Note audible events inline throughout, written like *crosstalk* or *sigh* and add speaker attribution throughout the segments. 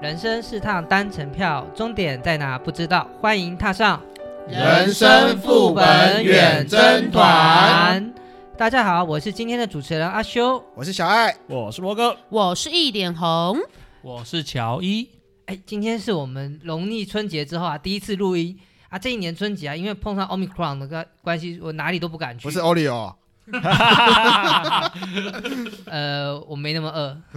Speaker 1: 人生是趟单程票，终点在哪不知道，欢迎踏上
Speaker 2: 人生副本远征团。
Speaker 1: 大家好，我是今天的主持人阿修。
Speaker 3: 我是小爱，
Speaker 4: 我是摩哥，
Speaker 2: 我是一点红，
Speaker 4: 我是乔伊。
Speaker 1: 哎，今天是我们农历春节之后啊，第一次录音啊。这一年春节啊，因为碰上 Omicron 的关关系，我哪里都不敢去。
Speaker 3: 不是哦 Oreo，
Speaker 1: *laughs* 呃，我没那么饿。 *laughs*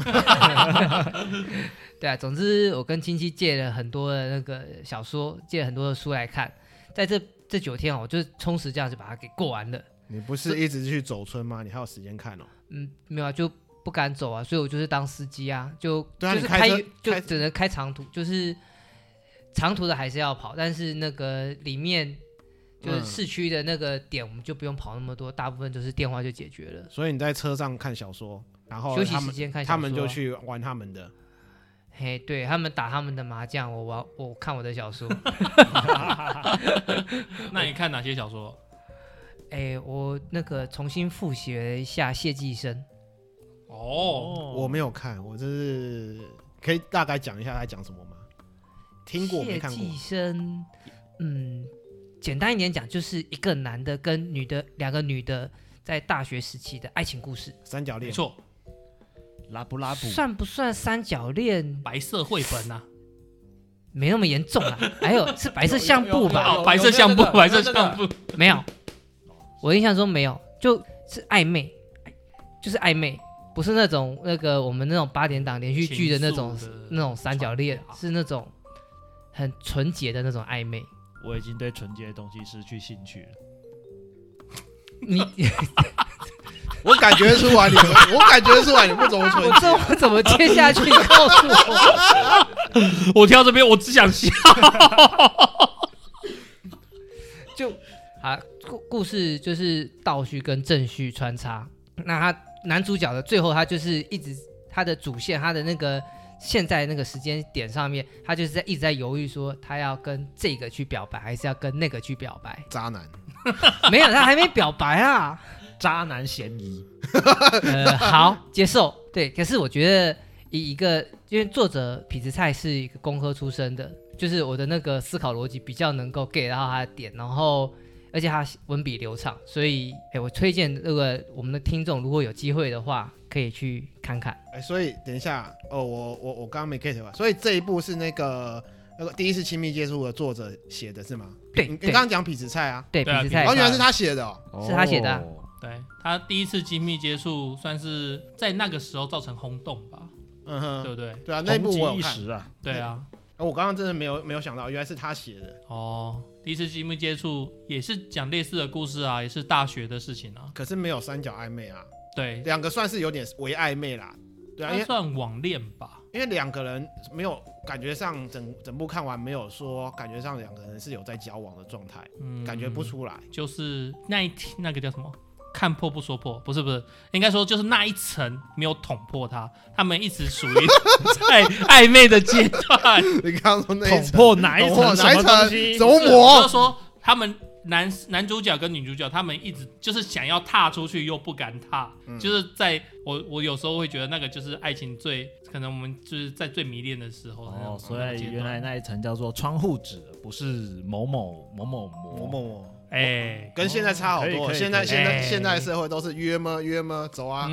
Speaker 1: 对啊，总之我跟亲戚借了很多的那个小说，借了很多的书来看。在这这九天哦，我就是充实这样子把它给过完了。
Speaker 3: 你不是一直去走村吗？你还有时间看哦。
Speaker 1: 嗯，没有啊，就不敢走啊，所以我就是当司机啊，就
Speaker 3: 对啊
Speaker 1: 就是
Speaker 3: 你开车
Speaker 1: 就
Speaker 3: 开
Speaker 1: 只能开长途，就是长途的还是要跑，但是那个里面就是
Speaker 3: 嗯
Speaker 1: 市区的那个点，我们就不用跑那么多，大部分就是电话就解决了。
Speaker 3: 所以你在车上看小说，然后
Speaker 1: 休息
Speaker 3: 哦他
Speaker 1: 时
Speaker 3: 们
Speaker 1: 间看小说啊
Speaker 3: 他们就去玩他们的。
Speaker 1: 嘿，对他们打他们的麻将，我玩我看我的小
Speaker 3: *laughs*
Speaker 1: 说。
Speaker 4: *laughs* 那你看哪些小说？
Speaker 1: 哎，我那个重新复习了一下谢继生，
Speaker 4: 哦，
Speaker 3: 我没有看，我这是可以大概讲一下他在讲什么吗？听过没看
Speaker 1: 谢
Speaker 3: 过
Speaker 1: 继？生，嗯，简单一点讲，就是一个男的跟女的两个女的在大学时期的爱情故事。
Speaker 3: 三角
Speaker 4: 没
Speaker 3: 恋，
Speaker 4: 错，
Speaker 5: 拉布拉布，
Speaker 1: 算不算三角恋？
Speaker 4: 白色绘本啊呐，
Speaker 1: 没那么严重啦。还
Speaker 3: *laughs*
Speaker 1: 有是白色相簿吧？
Speaker 4: 哦，白色相簿，白色相簿，
Speaker 1: *laughs* 没有，我印象中没有，就是暧昧，就是暧昧，不是那种那个我们那种八点档连续剧的那种
Speaker 4: 情愫的
Speaker 1: 那种三角恋
Speaker 4: 传，达
Speaker 1: 是那种很纯洁的那种暧昧。
Speaker 5: 我已经对纯洁的东西失去兴趣了。
Speaker 1: 你
Speaker 3: *laughs* 我感觉出来你，我感觉出来你不怎么
Speaker 1: 我
Speaker 3: 纯？
Speaker 1: 这我怎么接下去？你告诉我， *laughs*
Speaker 4: 我跳到这边，我只想笑。
Speaker 1: 就啊，故故事就是倒叙跟正叙穿插。那他男主角的最后，他就是一直他的主线，他的那个现在那个时间点上面，他就是在一直在犹豫，说他要跟这个去表白，还是要跟那个去表白
Speaker 3: 渣男。
Speaker 1: *laughs* 没有，他还没表白啊。
Speaker 5: *laughs* 渣男嫌疑，
Speaker 1: 呃，好，接受。对，可是我觉得以一个，因为作者痞子蔡是一个工科出身的，就是我的那个思考逻辑比较能够 get 到他的点，然后而且他文笔流畅，所以哎，我推荐这个我们的听众，如果有机会的话，可以去看看。
Speaker 3: 哎，所以等一下，哦，我我我刚刚没 get 吧？所以这一部是那个那个第一次亲密接触的作者写的是吗？
Speaker 1: 对
Speaker 3: 你你
Speaker 1: 对
Speaker 3: 刚刚讲痞子菜啊，
Speaker 1: 对，
Speaker 4: 对啊
Speaker 1: 痞子
Speaker 4: 痞
Speaker 1: 蔡
Speaker 4: 子
Speaker 3: 哦，
Speaker 4: 蔡
Speaker 3: 原来是他写的哦。
Speaker 1: 是他写的啊
Speaker 5: 哦
Speaker 4: 对他第一次亲密接触，算是在那个时候造成轰动吧，
Speaker 3: 嗯
Speaker 4: 对
Speaker 3: 哼，
Speaker 4: 不对？
Speaker 3: 对啊，那一部
Speaker 5: 红
Speaker 3: 我
Speaker 5: 极
Speaker 3: 有
Speaker 5: 一
Speaker 3: 看。
Speaker 5: 时啊，
Speaker 4: 对啊，
Speaker 3: 哦我刚刚真的没有没有想到，原来是他写的。
Speaker 4: 哦，第一次亲密接触也是讲类似的故事啊，也是大学的事情啊。
Speaker 3: 可是没有三角暧昧啊，
Speaker 4: 对，哎
Speaker 3: 两个算是有点微暧昧啦。对啊，因
Speaker 4: 他
Speaker 3: 为
Speaker 4: 算网恋吧？
Speaker 3: 因为两个人没有感觉上整整部看完没有说感觉上两个人是有在交往的状态，
Speaker 4: 嗯，
Speaker 3: 感觉不出来。
Speaker 4: 就是那一天那个叫什么？看破不说破，不是不是，应该说就是那一层没有捅破它，他们一直属于在暧昧的阶段。
Speaker 3: *laughs*
Speaker 4: *laughs*
Speaker 3: 你刚刚说那一
Speaker 5: 捅
Speaker 3: 层，
Speaker 5: 破哪一
Speaker 3: 捅破
Speaker 5: 层
Speaker 3: 哪
Speaker 5: 什
Speaker 3: 一
Speaker 5: 么东
Speaker 3: 层
Speaker 5: 西？
Speaker 3: 轴
Speaker 4: 我
Speaker 5: 啊
Speaker 3: 膜
Speaker 4: 就？说他们男男主角跟女主角，他们一直就是想要踏出去又不敢踏，
Speaker 3: 嗯
Speaker 4: 就是在我我有时候会觉得那个就是爱情最可能我们就是在最迷恋的时候的那种
Speaker 5: 哦，所
Speaker 4: 那个
Speaker 5: 以
Speaker 4: 阶
Speaker 5: 原
Speaker 4: 段
Speaker 5: 来那一层叫做窗户纸，不是某某某
Speaker 3: 某
Speaker 5: 某膜。
Speaker 3: 某某。
Speaker 4: 哎、
Speaker 3: 跟现在差好
Speaker 5: 哦可以
Speaker 3: 多，
Speaker 5: 可以
Speaker 3: 现在
Speaker 5: 可以
Speaker 3: 现在
Speaker 4: 哎
Speaker 3: 现在社会都是约吗约吗走
Speaker 5: *laughs*
Speaker 3: 啊，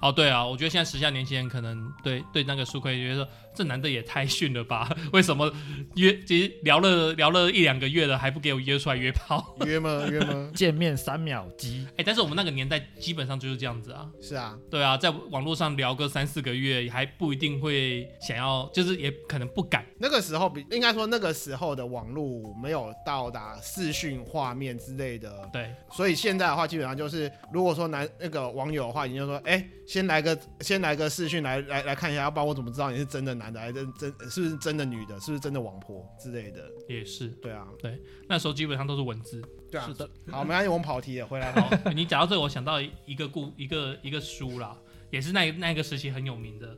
Speaker 4: 哦，对啊，我觉得现在时下年轻人可能对对那个舒奎觉得说，这男的也太逊了吧？为什么约其实聊了聊了一两个月了，还不给我约出来约炮？ *laughs*
Speaker 3: 约吗约吗，
Speaker 5: 见面三秒鸡，
Speaker 4: 哎，但是我们那个年代基本上就是这样子啊，
Speaker 3: 是啊，
Speaker 4: 对啊，在网络上聊个三四个月，还不一定会想要，就是也可能不敢。
Speaker 3: 那个时候比应该说那个时候的网络没有到达视讯画面之类的
Speaker 4: 对，
Speaker 3: 所以现在的话，基本上就是，如果说男那个网友的话，你就说，哎、先来个先来个视讯来来来看一下，要不然我怎么知道你是真的男的，还是真真是不是真的女的，是不是真的网婆之类的？
Speaker 4: 也是，
Speaker 3: 对啊，
Speaker 4: 那时候基本上都是文字。
Speaker 3: 对啊。
Speaker 5: 是的，
Speaker 3: 好，没关系，我们跑题了，回来吧。
Speaker 4: *laughs* 好，你讲到这，我想到一个故一个一个书啦，也是那那个时期很有名的，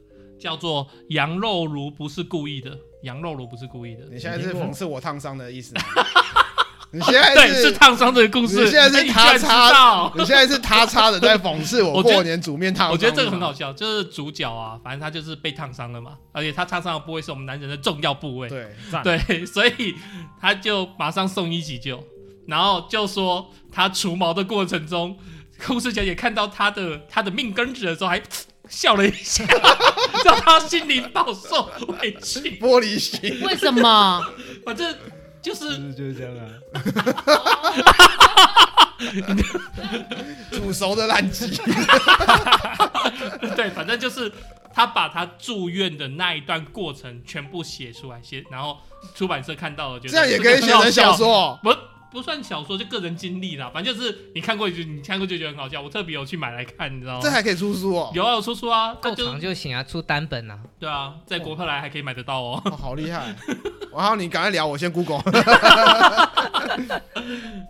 Speaker 4: 叫做《羊肉炉不是故意的》，羊肉炉不是故意的。
Speaker 3: 你现在是讽刺我烫伤的意思吗？你现在
Speaker 4: *laughs* 对，
Speaker 3: 是
Speaker 4: 是烫伤这个故事。
Speaker 3: 你现在是
Speaker 4: 哎你居
Speaker 3: 他
Speaker 4: 然知
Speaker 3: 插
Speaker 4: 道
Speaker 3: 你现在是他插的在讽刺我
Speaker 4: 我觉得
Speaker 3: 过年煮面烫伤
Speaker 4: 我觉得这个
Speaker 3: 吗
Speaker 4: 很好。笑，就是主角啊，反正他就是被烫伤了嘛，而且他烫伤的部位是我们男人的重要部位，
Speaker 3: 对，
Speaker 5: 赞
Speaker 4: 对，所以他就马上送医急救，然后就说他除毛的过程中，护士小姐看到他的他的命根子的时候还笑了一下， *laughs* 让他心里饱受委屈。
Speaker 3: 玻璃心。
Speaker 2: 为什
Speaker 4: *laughs*
Speaker 2: 么？
Speaker 4: 反正就是
Speaker 5: 是就是这样啊。
Speaker 3: 煮熟的烂
Speaker 4: *laughs*
Speaker 3: 鸡，
Speaker 4: 对，反正就是他把他住院的那一段过程全部写出来，写然后出版社看到了，觉得
Speaker 3: 这样也可以
Speaker 4: 个
Speaker 3: 写
Speaker 4: 很好
Speaker 3: 成小
Speaker 4: 笑
Speaker 3: 说哦。
Speaker 4: 不不算小说，就个人经历啦。反正就是你看过就你看过就觉得很好笑，我特别有去买来看，你知道
Speaker 3: 这
Speaker 4: 吗？
Speaker 3: 还可以出书哦，
Speaker 4: 有啊，有出书啊，他
Speaker 1: 够
Speaker 4: 就
Speaker 1: 长就行啊，出单本啊。
Speaker 4: 对啊，在国客来还可以买得到哦。 *laughs*
Speaker 3: 哦好厉害！然后你赶快聊，我先 Google。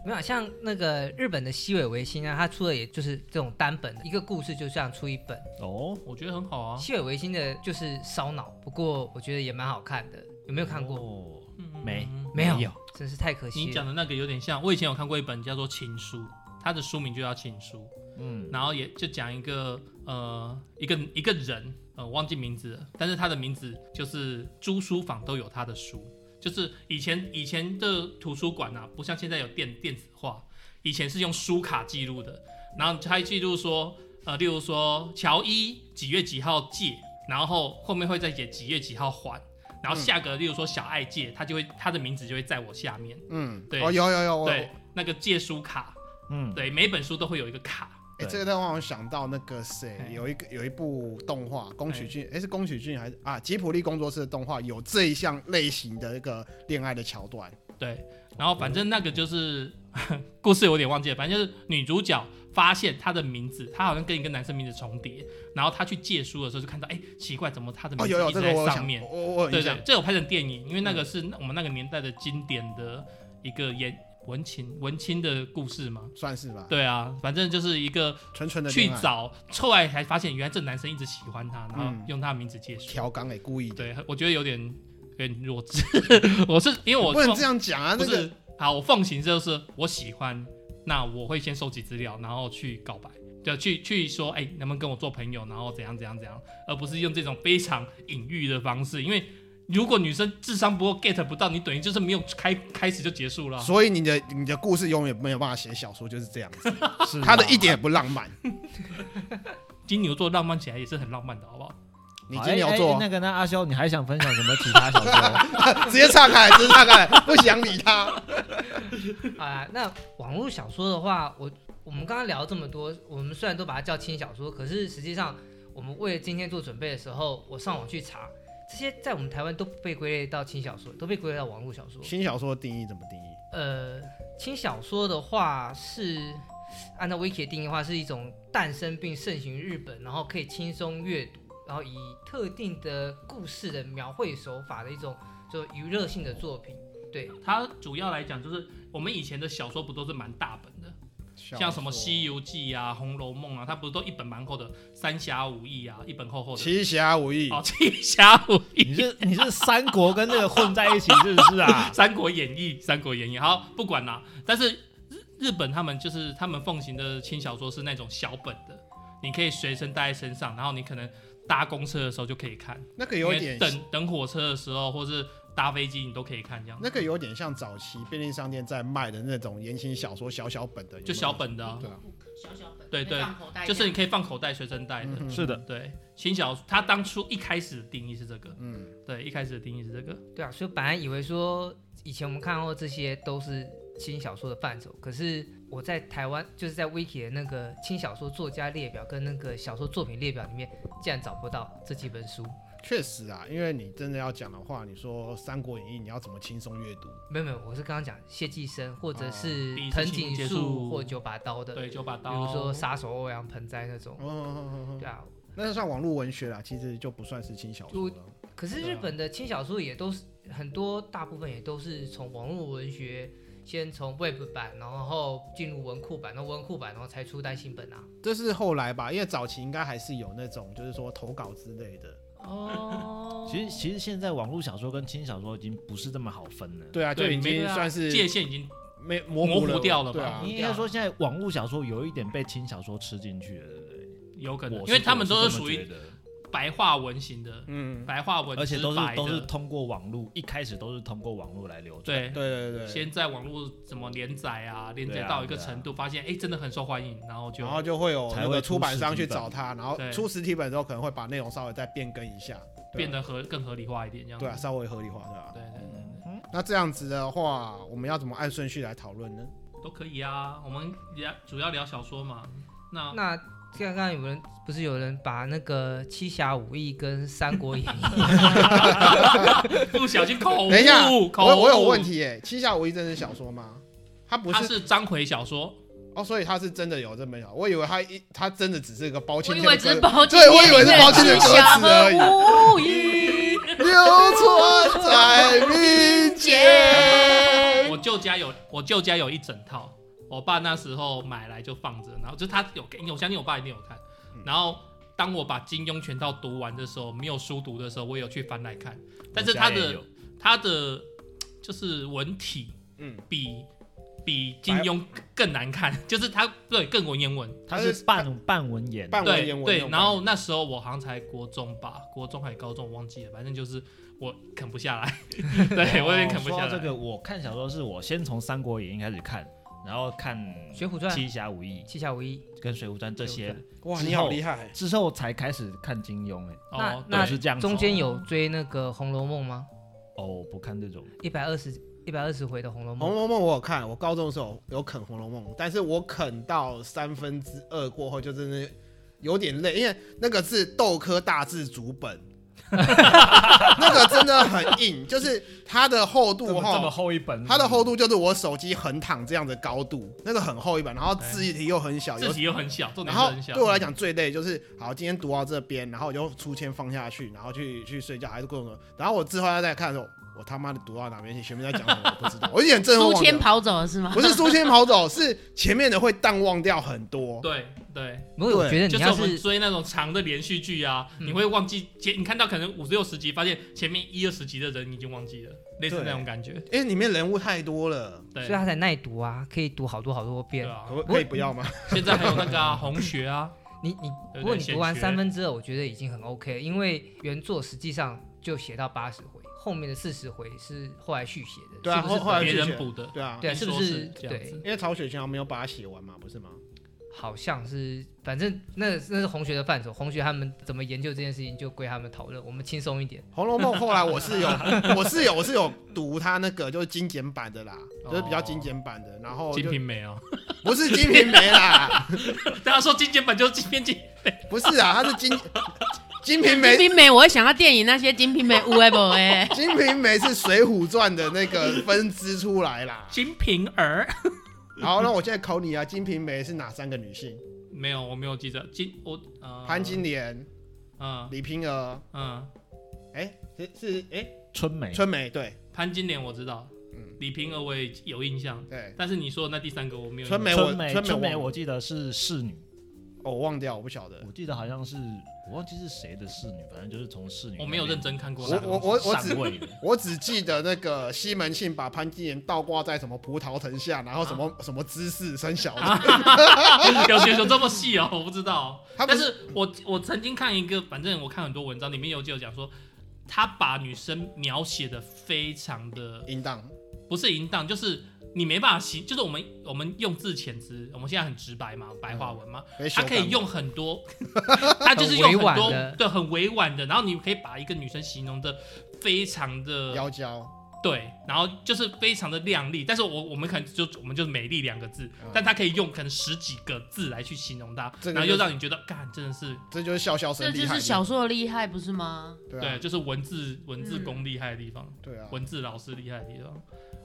Speaker 1: 没有像那个日本的西尾维新啊，他出的也就是这种单本的一个故事，就这样出一本。
Speaker 5: 哦，
Speaker 4: 我觉得很好啊，
Speaker 1: 西尾维新的就是烧脑，不过我觉得也蛮好看的，有没有看过？
Speaker 5: 过？
Speaker 4: 嗯
Speaker 5: 没
Speaker 1: 没有
Speaker 5: 哦没有
Speaker 1: 真是太可惜
Speaker 4: 你
Speaker 1: 了
Speaker 4: 讲。的那个有点像，我以前有看过一本叫做《情书》，它的书名就叫《情书》，
Speaker 5: 嗯，
Speaker 4: 然后也就讲一个呃一个一个人，呃忘记名字了，但是他的名字就是租书房都有他的书，就是以前以前的图书馆啊，不像现在有电电子化，以前是用书卡记录的，然后他记录说，呃，例如说乔伊几月几号借，然后后面会再写几月几号还。然后下个，例如说小爱借，他就会他的名字就会在我下面。
Speaker 3: 嗯，
Speaker 4: 对
Speaker 3: 哦，有有有，我
Speaker 4: 对，那个借书卡，
Speaker 5: 嗯，
Speaker 4: 对，每本书都会有一个卡。
Speaker 3: 哎，
Speaker 5: 对
Speaker 3: 这个让我想到那个谁
Speaker 4: 哎，
Speaker 3: 有一个有一部动画，宫崎骏，哎，是宫崎骏还是啊？吉卜力工作室的动画有这一项类型的一个恋爱的桥段。
Speaker 4: 对，然后反正那个就是 *laughs* 故事有点忘记了，反正就是女主角发现她的名字，她好像跟一个男生名字重叠，然后她去借书的时候就看到，哎，奇怪，怎么她的
Speaker 3: 哦，
Speaker 4: 名
Speaker 3: 有有
Speaker 4: 字一
Speaker 3: 这
Speaker 4: 直
Speaker 3: 个
Speaker 4: 在
Speaker 3: 我有
Speaker 4: 上
Speaker 3: 想，
Speaker 4: 面
Speaker 3: 我？我我有
Speaker 4: 对
Speaker 3: 印象嗯
Speaker 4: 对，，这有拍成电影，因为那个是我们那个年代的经典的一个言文情文青的故事嘛。
Speaker 3: 算是吧。
Speaker 4: 对啊，反正就是一个
Speaker 3: 纯纯的
Speaker 4: 去
Speaker 3: 恋爱
Speaker 4: 找，后来才发现原来这男生一直喜欢她，然后
Speaker 3: 嗯
Speaker 4: 用她的名字借书。
Speaker 3: 调岗给故意的，
Speaker 4: 对，我觉得有点有点
Speaker 3: *laughs*
Speaker 4: 弱智。我是因为我
Speaker 3: 不能
Speaker 4: 放
Speaker 3: 这样讲啊，
Speaker 4: 不
Speaker 3: 那个
Speaker 4: 是，好，我奉行就是我喜欢，那我会先收集资料，然后去告白，就去去说，哎、能不能跟我做朋友，然后怎样怎样怎样，而不是用这种非常隐喻的方式，因为如果女生智商不够 get 不到，你等于就是没有开开始就结束了啊、
Speaker 3: 所以你的你的故事永远没有办法写小说，就是这样子，
Speaker 4: 啊
Speaker 5: 是
Speaker 3: 他的
Speaker 5: 吗
Speaker 3: 一点也不浪漫。
Speaker 4: 金牛座浪漫起来也是很浪漫的，好不好？
Speaker 3: 你
Speaker 5: 好
Speaker 3: 金牛
Speaker 5: 哎哎
Speaker 3: 座
Speaker 5: 那个那阿修，你还想分享什么其他小
Speaker 3: *laughs*
Speaker 5: 说？
Speaker 3: 直接岔开，直接岔开，不想理
Speaker 4: *laughs*
Speaker 3: 他。
Speaker 1: 啊，那网络小说的话，我我们刚刚聊这么多，我们虽然都把它叫轻小说，可是实际上我们为了今天做准备的时候，我上网去查，这些在我们台湾都不被归类到轻小说，都被归类到网络小说。
Speaker 3: 新小说的定义怎么定义？
Speaker 1: 呃，轻小说的话是按照 Wiki 的定义的话，是一种诞生并盛行于日本，然后可以轻松阅读，然后以特定的故事的描绘手法的一种就娱乐性的作品。对，
Speaker 4: 它主要来讲就是我们以前的小说不都是蛮大本的，像什么《西游记》啊、《红楼梦》啊，它不是都一本蛮厚的，《三侠五义》啊，一本厚厚的。
Speaker 3: 奇侠无义
Speaker 4: 哦，《七侠五义》 *laughs*
Speaker 5: 你是你是三国跟这个混在一起是不是啊？
Speaker 4: 《三国演义》《三国演义》好，不管啦。但是日日本他们就是他们奉行的轻小说是那种小本的，你可以随身带在身上，然后你可能搭公车的时候就可以看，
Speaker 3: 那个有
Speaker 4: 因为
Speaker 3: 点，
Speaker 4: 等等火车的时候或是搭飞机你都可以看这样。
Speaker 3: 那个有点像早期便利商店在卖的那种言情小说小小本的，有没有
Speaker 4: 就小。本的啊、
Speaker 3: 对
Speaker 2: 小小本，
Speaker 4: 对对
Speaker 2: 放口袋
Speaker 4: 就是你可以放口袋随身带的。
Speaker 3: 嗯
Speaker 5: 是的，
Speaker 4: 对，轻小它当初一开始的定义是这个，
Speaker 3: 嗯，
Speaker 4: 对，一开始的定义是这个。
Speaker 1: 对啊，所以本来以为说以前我们看过这些都是轻小说的范畴，可是我在台湾就是在 Wiki 的那个轻小说作家列表跟那个小说作品列表里面，竟然找不到这几本书。
Speaker 3: 确实啊，因为你真的要讲的话，你说《三国演义》，你要怎么轻松阅读？
Speaker 1: 没有没有，我是刚刚讲谢继生或者
Speaker 4: 哦
Speaker 1: 是
Speaker 4: 第一次
Speaker 1: 藤
Speaker 4: 性
Speaker 1: 井
Speaker 4: 接
Speaker 1: 树
Speaker 4: 触
Speaker 1: 或九把刀的，
Speaker 4: 对，九把
Speaker 1: 比
Speaker 4: 刀，嗯
Speaker 1: 如说杀手欧阳盆栽那种。
Speaker 3: 哦，
Speaker 1: 对啊，
Speaker 3: 那就算网络文学啦，其实就不算是轻小说了。
Speaker 1: 可
Speaker 4: 啊
Speaker 1: 是日本的轻小说也都是很多，大部分也都是从网络文学，先从 Web 版，然后进入文库版，然后文库版，然后才出单行本啊。
Speaker 3: 这是后来吧，因为早期应该还是有那种，就是说投稿之类的。
Speaker 1: 哦，
Speaker 5: 其实其实现在网络小说跟轻小说已经不是这么好分了。
Speaker 3: 对啊，就
Speaker 4: 对
Speaker 3: 已
Speaker 4: 没
Speaker 3: 经
Speaker 1: 对啊
Speaker 3: 算是
Speaker 4: 界限已经
Speaker 3: 没模
Speaker 4: 模
Speaker 3: 糊
Speaker 4: 糊
Speaker 3: 了
Speaker 4: 掉了
Speaker 3: 对
Speaker 4: 吧
Speaker 3: 啊，
Speaker 5: 应该说现在网络小说有一点被轻小说吃进去了，对不对？
Speaker 4: 有可能，
Speaker 5: 我
Speaker 4: 因为他们都
Speaker 5: 是
Speaker 4: 是
Speaker 5: 这
Speaker 4: 属
Speaker 5: 么觉
Speaker 4: 于
Speaker 5: 得
Speaker 4: 白话文型的，
Speaker 3: 嗯，
Speaker 4: 白话文，
Speaker 5: 而且都
Speaker 4: 直白的
Speaker 5: 是都是通过网络，一开始都是通过网络来流传。
Speaker 4: 对
Speaker 3: 对对对对，
Speaker 4: 先在网络怎么连载啊，连
Speaker 5: 对
Speaker 4: 载
Speaker 5: 啊
Speaker 4: 到一个
Speaker 5: 对啊
Speaker 4: 程度，发现哎真的很受欢迎，然后就
Speaker 3: 然后就会有
Speaker 5: 才
Speaker 3: 那
Speaker 5: 会
Speaker 3: 个
Speaker 5: 出
Speaker 3: 出版商
Speaker 5: 实
Speaker 3: 去
Speaker 5: 体
Speaker 3: 找
Speaker 5: 本
Speaker 3: 他，然后
Speaker 4: 对
Speaker 3: 出实体本之后可能会把内容稍微再变更一下，对啊
Speaker 4: 变得合更合理化一点，这样子
Speaker 3: 对啊，稍微合理化，对吧？
Speaker 4: 对对对
Speaker 5: 嗯
Speaker 4: 对
Speaker 3: 那这样子的话，我们要怎么按顺序来讨论呢？
Speaker 4: 都可以啊。我们聊主要聊小说嘛，
Speaker 1: *laughs*
Speaker 4: 那
Speaker 1: 那刚刚有人不是有人把那个《七侠五义》跟《三国演义》
Speaker 4: *laughs* 不小心口误，
Speaker 3: 等一下
Speaker 4: 口
Speaker 3: 我
Speaker 4: 误
Speaker 3: 我有问，题耶，《七侠五义》真的是小说吗？它不
Speaker 4: 它
Speaker 3: 是
Speaker 4: 是章回小说，
Speaker 3: 哦，所以它是真的有这本小说，我以为它一它真的只是一个包青
Speaker 2: 我以
Speaker 3: 天
Speaker 2: 为
Speaker 3: 的
Speaker 2: 只是
Speaker 3: 歌，
Speaker 2: 包青
Speaker 3: 对我以为是包青天的歌词而已
Speaker 2: 无语
Speaker 3: 流传在民间。
Speaker 4: 我舅家有，我舅家有一整套，我爸那时候买来就放着，然后就他有，我相信我爸一定有看。
Speaker 3: 嗯
Speaker 4: 然后当我把金庸全套读完的时候，没有书读的时候，我有去翻来看，但是
Speaker 5: 我家
Speaker 4: 他
Speaker 5: 也
Speaker 4: 的
Speaker 5: 有
Speaker 4: 他的就是文体
Speaker 3: 嗯，
Speaker 4: 比比金庸更难看， *laughs* 就是他对更文言文，
Speaker 5: 它是半半文言，
Speaker 3: 半文
Speaker 4: 对
Speaker 3: 言文那
Speaker 4: 对。
Speaker 3: 种
Speaker 4: 然后那时候我好像才国中吧，国中还高中我忘记了，反正就是我啃不下来， *laughs* 对我有点啃不
Speaker 5: 哦
Speaker 4: 下
Speaker 5: 说到
Speaker 4: 来。
Speaker 5: 这个，我看小说是我先从《三国演义》开始看，然后看
Speaker 1: 《
Speaker 5: 《
Speaker 1: 水浒传》《
Speaker 5: 七侠五义
Speaker 1: 七侠五义》。》
Speaker 5: 跟《水浒传》这些，
Speaker 3: 哇，
Speaker 5: 之
Speaker 3: 你好
Speaker 5: 后
Speaker 3: 厉害！
Speaker 5: 之后才开始看金庸、欸。
Speaker 1: 那
Speaker 4: 哦，
Speaker 5: 哎，
Speaker 1: 那
Speaker 5: 是这样子哦。
Speaker 1: 中间有追那个《红楼梦》吗？
Speaker 5: 哦，我不看这种。
Speaker 1: 一百二十一百二十回的《红楼
Speaker 3: 《
Speaker 1: 梦
Speaker 3: 红》楼梦》我有看，我高中的时候有啃《红楼梦》，但是我啃到三分之二过后就真的有点累，因为那个是豆科大字主
Speaker 4: *laughs*
Speaker 3: 本，那个真的很硬，就是它的厚度哈，
Speaker 5: 厚一本
Speaker 3: 它的厚度就是我手机横躺这样的高度，那个很厚一本，然后字体又很小，有
Speaker 4: 哎字体又很小，嗯重点
Speaker 3: 然
Speaker 4: 是
Speaker 3: 后
Speaker 4: 很小。
Speaker 3: 对我来讲最累就是，好，今天读到这边，然后我就出签放下去，然后去去睡觉，还是各种的。然后我之后要再看的时候，我他妈的读到哪边去，前面在讲什么我不知道，我有点震
Speaker 2: 书
Speaker 3: 撼。
Speaker 2: 签跑走了是 *laughs* 吗？
Speaker 3: 不是书签跑走，是前面的会淡忘掉很多。
Speaker 4: 对对，》。
Speaker 1: 不过我觉得你
Speaker 4: 就是
Speaker 1: 要
Speaker 4: 我们
Speaker 1: 是
Speaker 4: 追那种长的连续剧啊，
Speaker 1: 嗯
Speaker 4: 你会忘记前你看到可能五六十集，发现前面一二十集的人已经忘记了，类似
Speaker 3: 对
Speaker 4: 那种感觉。
Speaker 3: 因为里面人物太多了，
Speaker 4: 对
Speaker 1: 所以，他才耐读啊，可以读好多好多
Speaker 4: 对
Speaker 1: 遍。
Speaker 4: 啊
Speaker 3: 可，不可以不要吗？
Speaker 4: 现在还有那个啊红学啊，
Speaker 1: 你你
Speaker 4: 对
Speaker 1: 不过你
Speaker 4: 玄
Speaker 1: 读完
Speaker 4: 学
Speaker 1: 三分之二，我觉得已经很 OK，了因为原作实际上就写到八十回，后面的四十回是后来续写的，
Speaker 3: 对啊
Speaker 1: 是不是
Speaker 3: *laughs* 后后来
Speaker 1: 本
Speaker 4: 别
Speaker 1: 来
Speaker 3: 续
Speaker 4: 人
Speaker 3: 写
Speaker 4: 补的，
Speaker 3: *laughs* 对啊，
Speaker 1: 对啊，
Speaker 4: 听
Speaker 1: 是不
Speaker 4: 说
Speaker 1: 是
Speaker 4: 是这样
Speaker 1: 对
Speaker 4: 子？
Speaker 3: 因为曹雪芹还没有把它写完嘛，不是吗？
Speaker 1: 好像是，反正那那是红学的范畴，红学他们怎么研究这件事情就归他们讨论，我们轻松一点。
Speaker 3: 《红楼梦》后来 *laughs* 我是有，我是有，我是有读它那个就是精简版的啦，就是比较精简版的，然后
Speaker 4: 金
Speaker 3: 就
Speaker 4: 瓶梅啊，
Speaker 3: 不是《金瓶梅》啦， *laughs*
Speaker 4: *laughs* 大家说精简版就是金瓶梅，。
Speaker 3: 不是啊，它是金《金瓶梅
Speaker 2: 金》瓶梅，我会想到电影那些金瓶梅乌哎不哎，
Speaker 3: *laughs* 《金瓶梅》是《水浒传》的那个分支出来啦
Speaker 4: 金瓶儿
Speaker 3: 好，那我现在考你啊，《金瓶梅》是哪三个女性？
Speaker 4: 没有，我没有记着金我呃
Speaker 3: 潘，金莲、
Speaker 4: 嗯
Speaker 3: 李瓶儿，
Speaker 4: 嗯，
Speaker 3: 哎，是是哎，
Speaker 5: 春梅，
Speaker 3: 春梅，对
Speaker 4: 潘金莲我知道，
Speaker 3: 嗯
Speaker 4: 李瓶儿我也有印象，
Speaker 3: 对。
Speaker 4: 但是你说的那第三个我没有印象。
Speaker 3: 春梅我
Speaker 5: 春梅，
Speaker 3: 春梅
Speaker 5: 春梅，
Speaker 3: 忘了
Speaker 5: 我记得是侍女，
Speaker 3: 哦，我忘掉，我不晓得。
Speaker 5: 我记得好像是我忘记是谁的侍女，反正就是从侍女。
Speaker 4: 我没有认真看过
Speaker 3: 我
Speaker 4: 那
Speaker 5: 上
Speaker 4: 个 *laughs*
Speaker 3: 我
Speaker 4: 东西。
Speaker 3: 我我只
Speaker 5: 上位的。
Speaker 3: 我只记得那个西门庆把潘金莲倒挂在什么葡萄藤下，然后什么、什么姿势生小的。
Speaker 4: 有有有这么细哦，我不知道。
Speaker 3: *laughs* 他不
Speaker 4: 但
Speaker 3: 是
Speaker 4: 是我我曾经看一个，反正我看很多文章，里面有就有讲说，他把女生描写的非常的
Speaker 3: 淫荡，
Speaker 4: 不是淫荡，就是你没办法形，就是我们我们用字遣词，我们现在很直白嘛，白话文嘛，
Speaker 3: 可以
Speaker 4: 他
Speaker 3: 修
Speaker 4: 可
Speaker 3: 改
Speaker 4: 以用很
Speaker 3: *laughs*
Speaker 4: 多，他就是用
Speaker 1: 很委
Speaker 4: 很
Speaker 1: 婉
Speaker 4: 多
Speaker 1: 的
Speaker 4: 对很委婉的，然后你可以把一个女生形容的非常的
Speaker 3: 妖娇。
Speaker 4: 对，然后就是非常的靓丽，但是我我们可能就我们就是美丽两个字，
Speaker 3: 嗯
Speaker 4: 但它可以用可能十几个字来去形容它，
Speaker 3: 这个
Speaker 4: 然后
Speaker 3: 就
Speaker 4: 又
Speaker 3: 是
Speaker 4: 让你觉得，干真的是，
Speaker 3: 这就是笑笑
Speaker 2: 这
Speaker 3: 生
Speaker 2: 就
Speaker 3: 厉害
Speaker 2: 是
Speaker 3: 的。
Speaker 2: 小说的厉害不是吗？
Speaker 3: 对
Speaker 4: 对，
Speaker 3: 啊
Speaker 4: 就是文字文字功厉害的地方，
Speaker 3: 对啊，
Speaker 4: *laughs* 文字老师厉害的地方。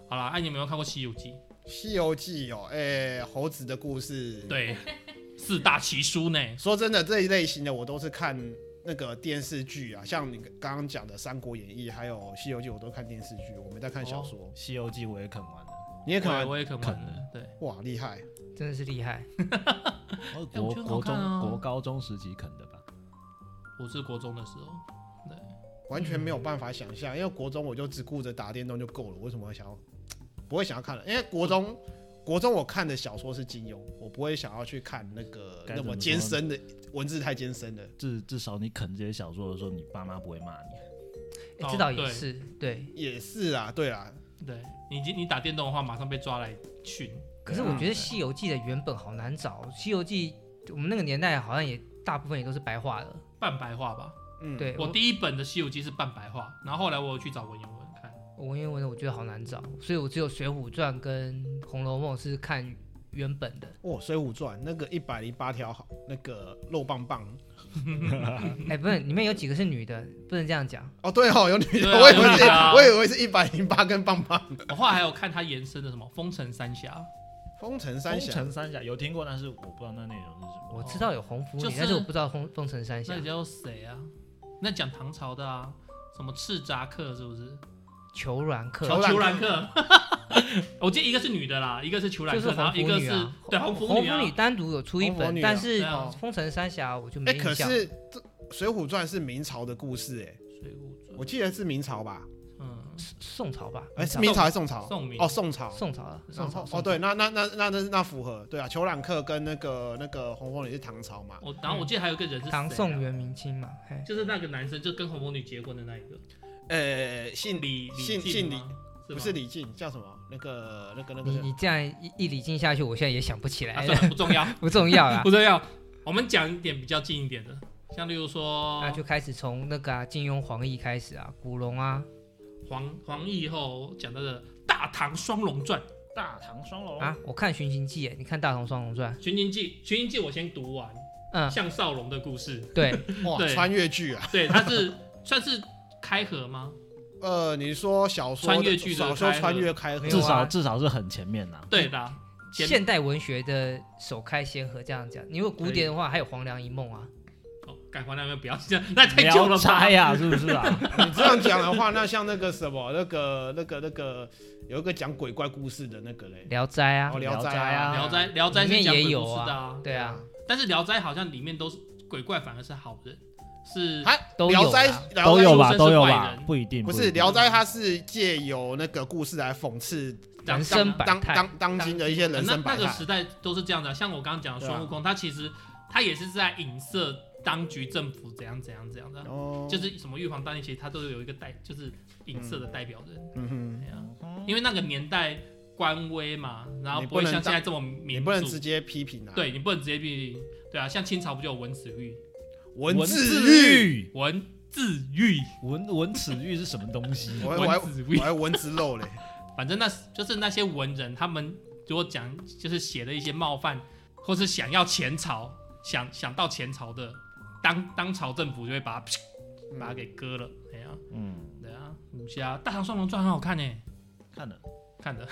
Speaker 4: 好啦，哎、你们有没有看过《西游记
Speaker 3: 《西游记》哦，哎，猴子的故事。》？，
Speaker 4: 对，四大奇书呢，
Speaker 3: 说真的，这一类型的我都是看那个电视剧啊，像你刚刚讲的《三国演义》还有《西游记》，我都看电视剧，我没在看小说。
Speaker 5: 《西游记》我也啃完了，
Speaker 3: 你也可
Speaker 4: 我也
Speaker 3: 能
Speaker 4: 我也可能
Speaker 5: 可
Speaker 4: 玩了，对，
Speaker 3: 哇厉害，
Speaker 1: 真的是厉害，
Speaker 5: 我
Speaker 4: 哎我
Speaker 5: 哦国
Speaker 4: 觉得很好
Speaker 5: 国中
Speaker 4: 看啊
Speaker 5: 国高中时期啃的吧。
Speaker 4: 我是国中的时候，
Speaker 3: 完全没有办法想象，因为国中我就只顾着打电动就够了，为什么还想要不会想要看了，因为国中。国中我看的小说是金庸，我不会想要去看那个
Speaker 5: 该
Speaker 3: 那
Speaker 5: 怎么
Speaker 3: 么
Speaker 5: 说
Speaker 3: 艰深的文字，太艰深了。
Speaker 5: 至至少你啃这些小说的时候，你爸妈不会骂你。
Speaker 4: 哦
Speaker 1: 诶这倒也是，对。
Speaker 3: 也是啊，对啦，
Speaker 4: 对你你打电动的话，马上被抓来训。
Speaker 1: 可
Speaker 4: 啊
Speaker 1: 是我觉得《西游记》的原本好难找，《西游记》我们那个年代好像也大部分也都是白话的。
Speaker 4: 半白话吧。
Speaker 3: 嗯，
Speaker 1: 对，
Speaker 4: 我
Speaker 1: 我
Speaker 4: 第一本的《西游记》是半白话，然后后来我有去找文言文看。
Speaker 1: 我文言文的我觉得好难找，所以我只有《水浒传》跟《红楼梦》是看原本的。
Speaker 3: 哦，《水浒传》那个一百零八条好，那个肉棒棒。
Speaker 1: 哎、不是，里面有几个是女的，不能这样讲。
Speaker 3: 哦，对哦，有女的，
Speaker 4: 对啊
Speaker 3: 我以
Speaker 4: 有
Speaker 3: 为
Speaker 4: 女
Speaker 3: 是
Speaker 4: 的啊，
Speaker 3: 我以为是一百零八根棒棒。
Speaker 4: 我后来还有看它延伸的什么《封神三侠
Speaker 3: 风城三
Speaker 5: 封
Speaker 3: 峡，
Speaker 5: 城三峡有听过，但是我不知道那内容是什么。
Speaker 1: 我知道有红拂女，
Speaker 4: 哦就是
Speaker 1: 但是我不知道封封神三》，峡
Speaker 4: 那。叫谁啊？那讲唐朝的啊，什么赤扎克是不是？
Speaker 1: 裘鸾客
Speaker 3: 裘
Speaker 4: 裘
Speaker 3: 兰
Speaker 4: 哦兰克。 *laughs* 我记得一个是女的啦，一个是裘兰
Speaker 1: 就是
Speaker 4: 克，然
Speaker 1: 红
Speaker 4: 后一
Speaker 1: 拂
Speaker 4: 个
Speaker 1: 女
Speaker 4: 是
Speaker 1: 啊，
Speaker 4: 对
Speaker 1: 红
Speaker 4: 红
Speaker 1: 红
Speaker 4: 拂
Speaker 1: 拂女
Speaker 4: 啊。
Speaker 1: 单独有出一
Speaker 3: 红拂
Speaker 1: 本，
Speaker 3: 女啊
Speaker 1: 但是
Speaker 4: 对啊
Speaker 1: 封神三峡我就
Speaker 3: 哎、
Speaker 1: 没
Speaker 3: 可
Speaker 1: 印象。
Speaker 3: 是这《水浒传》是明朝的故事、哎，
Speaker 4: 水浒传
Speaker 3: 我记得是明朝吧？
Speaker 4: 嗯，
Speaker 1: 宋朝吧？
Speaker 3: 哎、是
Speaker 4: 宋
Speaker 3: 明朝还是宋朝？
Speaker 4: 嗯宋明
Speaker 3: 哦，宋朝。
Speaker 1: 宋朝啊，
Speaker 3: 然
Speaker 1: 宋朝
Speaker 3: 后。哦，
Speaker 1: 宋朝
Speaker 3: 对，那那那那那那符合，对啊，裘兰克跟那个那个红枫女是唐朝嘛？
Speaker 4: 我哦然后我记得还有一个人是
Speaker 1: 唐
Speaker 4: 谁啊
Speaker 1: 宋元明清嘛，嘿，
Speaker 4: 就是那个男生，就跟红拂女结婚的那一个，
Speaker 3: 呃，姓
Speaker 4: 李
Speaker 3: 姓
Speaker 4: 李
Speaker 3: 姓
Speaker 4: 靖
Speaker 3: 李
Speaker 4: 吗，
Speaker 3: 不是
Speaker 4: 是吗
Speaker 3: 李靖，叫什么？那个那个那个
Speaker 1: 你
Speaker 3: 叫，
Speaker 1: 你这样一一理进下去，我现在也想不起
Speaker 4: 啊，
Speaker 1: 来
Speaker 4: 哦算
Speaker 1: 了，
Speaker 4: 了，不
Speaker 1: *laughs*
Speaker 4: 重要，
Speaker 1: 不重要
Speaker 4: *laughs*
Speaker 1: 啦
Speaker 4: 不。重要。我们讲一点比较近一点的，像例如说
Speaker 1: 那就开始从那个啊金庸、黄易开始啊，古龙啊
Speaker 4: 黄黄奕后讲到的《大唐双龙传》
Speaker 5: 大唐双龙
Speaker 1: 啊，我看《寻秦记》耶，你看《大唐双龙传》，
Speaker 4: 《寻秦记》，《寻秦记》我先读完，
Speaker 1: 嗯，
Speaker 4: 项少龙的故事，
Speaker 1: 对，
Speaker 3: 哇，
Speaker 4: 对
Speaker 3: 穿越剧啊！
Speaker 4: 对，它是算是开河吗？
Speaker 3: 呃，你说小说
Speaker 4: 穿
Speaker 3: 的
Speaker 4: 越剧的
Speaker 3: 小说
Speaker 4: 开合
Speaker 3: 穿越开合
Speaker 1: 没有
Speaker 5: 至
Speaker 1: 啊
Speaker 5: 少至少是很前面呐、
Speaker 3: 嗯
Speaker 4: 对啦，前
Speaker 1: 现代文学的首开先河这样讲。你如果古典的话，还有《黄粱一梦》啊，
Speaker 4: 哦，改黄粱不要这样， *laughs* 那太旧
Speaker 5: 聊
Speaker 4: 了吧
Speaker 5: 斋？呀、是不是
Speaker 4: *laughs*
Speaker 5: 啊？
Speaker 3: 你这样讲的话，那像那个什么，那个那个那个，有一个讲鬼怪故事的那个嘞，
Speaker 1: 《聊斋》啊
Speaker 3: 哦，，聊
Speaker 5: 聊
Speaker 3: 斋
Speaker 5: 斋
Speaker 3: 啊，
Speaker 5: 啊
Speaker 4: 聊斋，聊斋
Speaker 1: 里
Speaker 4: 是
Speaker 1: 面
Speaker 4: 讲
Speaker 1: 也
Speaker 4: 鬼
Speaker 1: 有
Speaker 4: 故事的啊，
Speaker 1: 对啊，
Speaker 4: 但是聊斋好像里面都是鬼怪，反而是好人，是
Speaker 3: 还
Speaker 1: 都有啊
Speaker 3: 聊斋
Speaker 1: 啦，
Speaker 3: 聊斋
Speaker 5: 都有吧，
Speaker 4: 书生是
Speaker 5: 都有
Speaker 4: 坏
Speaker 5: 吧
Speaker 4: 人，
Speaker 5: 不一定
Speaker 3: 不
Speaker 5: 一
Speaker 3: 是
Speaker 5: 定
Speaker 3: 《聊斋》，它是借由那个故事来讽刺
Speaker 1: 人
Speaker 4: 讲呃
Speaker 1: 生百
Speaker 3: 当
Speaker 1: 态，
Speaker 3: 当当今的一些人
Speaker 4: 那
Speaker 3: 生
Speaker 4: 那
Speaker 3: 百
Speaker 4: 个
Speaker 3: 态。
Speaker 4: 时代都是这样的啊，像我刚刚讲的
Speaker 3: 对啊
Speaker 4: 孙悟空，他其实他也是在影射当局政府怎样怎样怎样的啊，
Speaker 3: 哦
Speaker 4: 就，是什么玉皇大帝，其实他都有一个代，就是影射的代表人，
Speaker 3: 嗯哼，
Speaker 4: 对啊因为那个年代官威嘛，然后不
Speaker 3: 你不
Speaker 4: 会
Speaker 3: 能
Speaker 4: 像现在
Speaker 3: 当
Speaker 4: 这么
Speaker 3: 你
Speaker 4: 民
Speaker 3: 不能
Speaker 4: 主
Speaker 3: 直，接批评啊。，
Speaker 4: 对你不能直接批评，对啊，像清朝不就有文子狱，
Speaker 3: 文字狱，
Speaker 5: 狱，
Speaker 4: 文字狱，
Speaker 5: 文文耻狱是什么东西？
Speaker 3: 我还我还
Speaker 4: 文子狱
Speaker 3: 我，还文字肉嘞。
Speaker 4: 反正那就是那些文人，他们如果讲就是写的一些冒犯，或是想要前朝，想想到前朝的当当朝政府就会把它
Speaker 3: 嗯
Speaker 4: *laughs* 把它给割了。哎呀、
Speaker 5: 嗯，
Speaker 4: 对啊，武侠《大唐双龙传》很好看呢，欸
Speaker 5: 看了，
Speaker 4: 看的，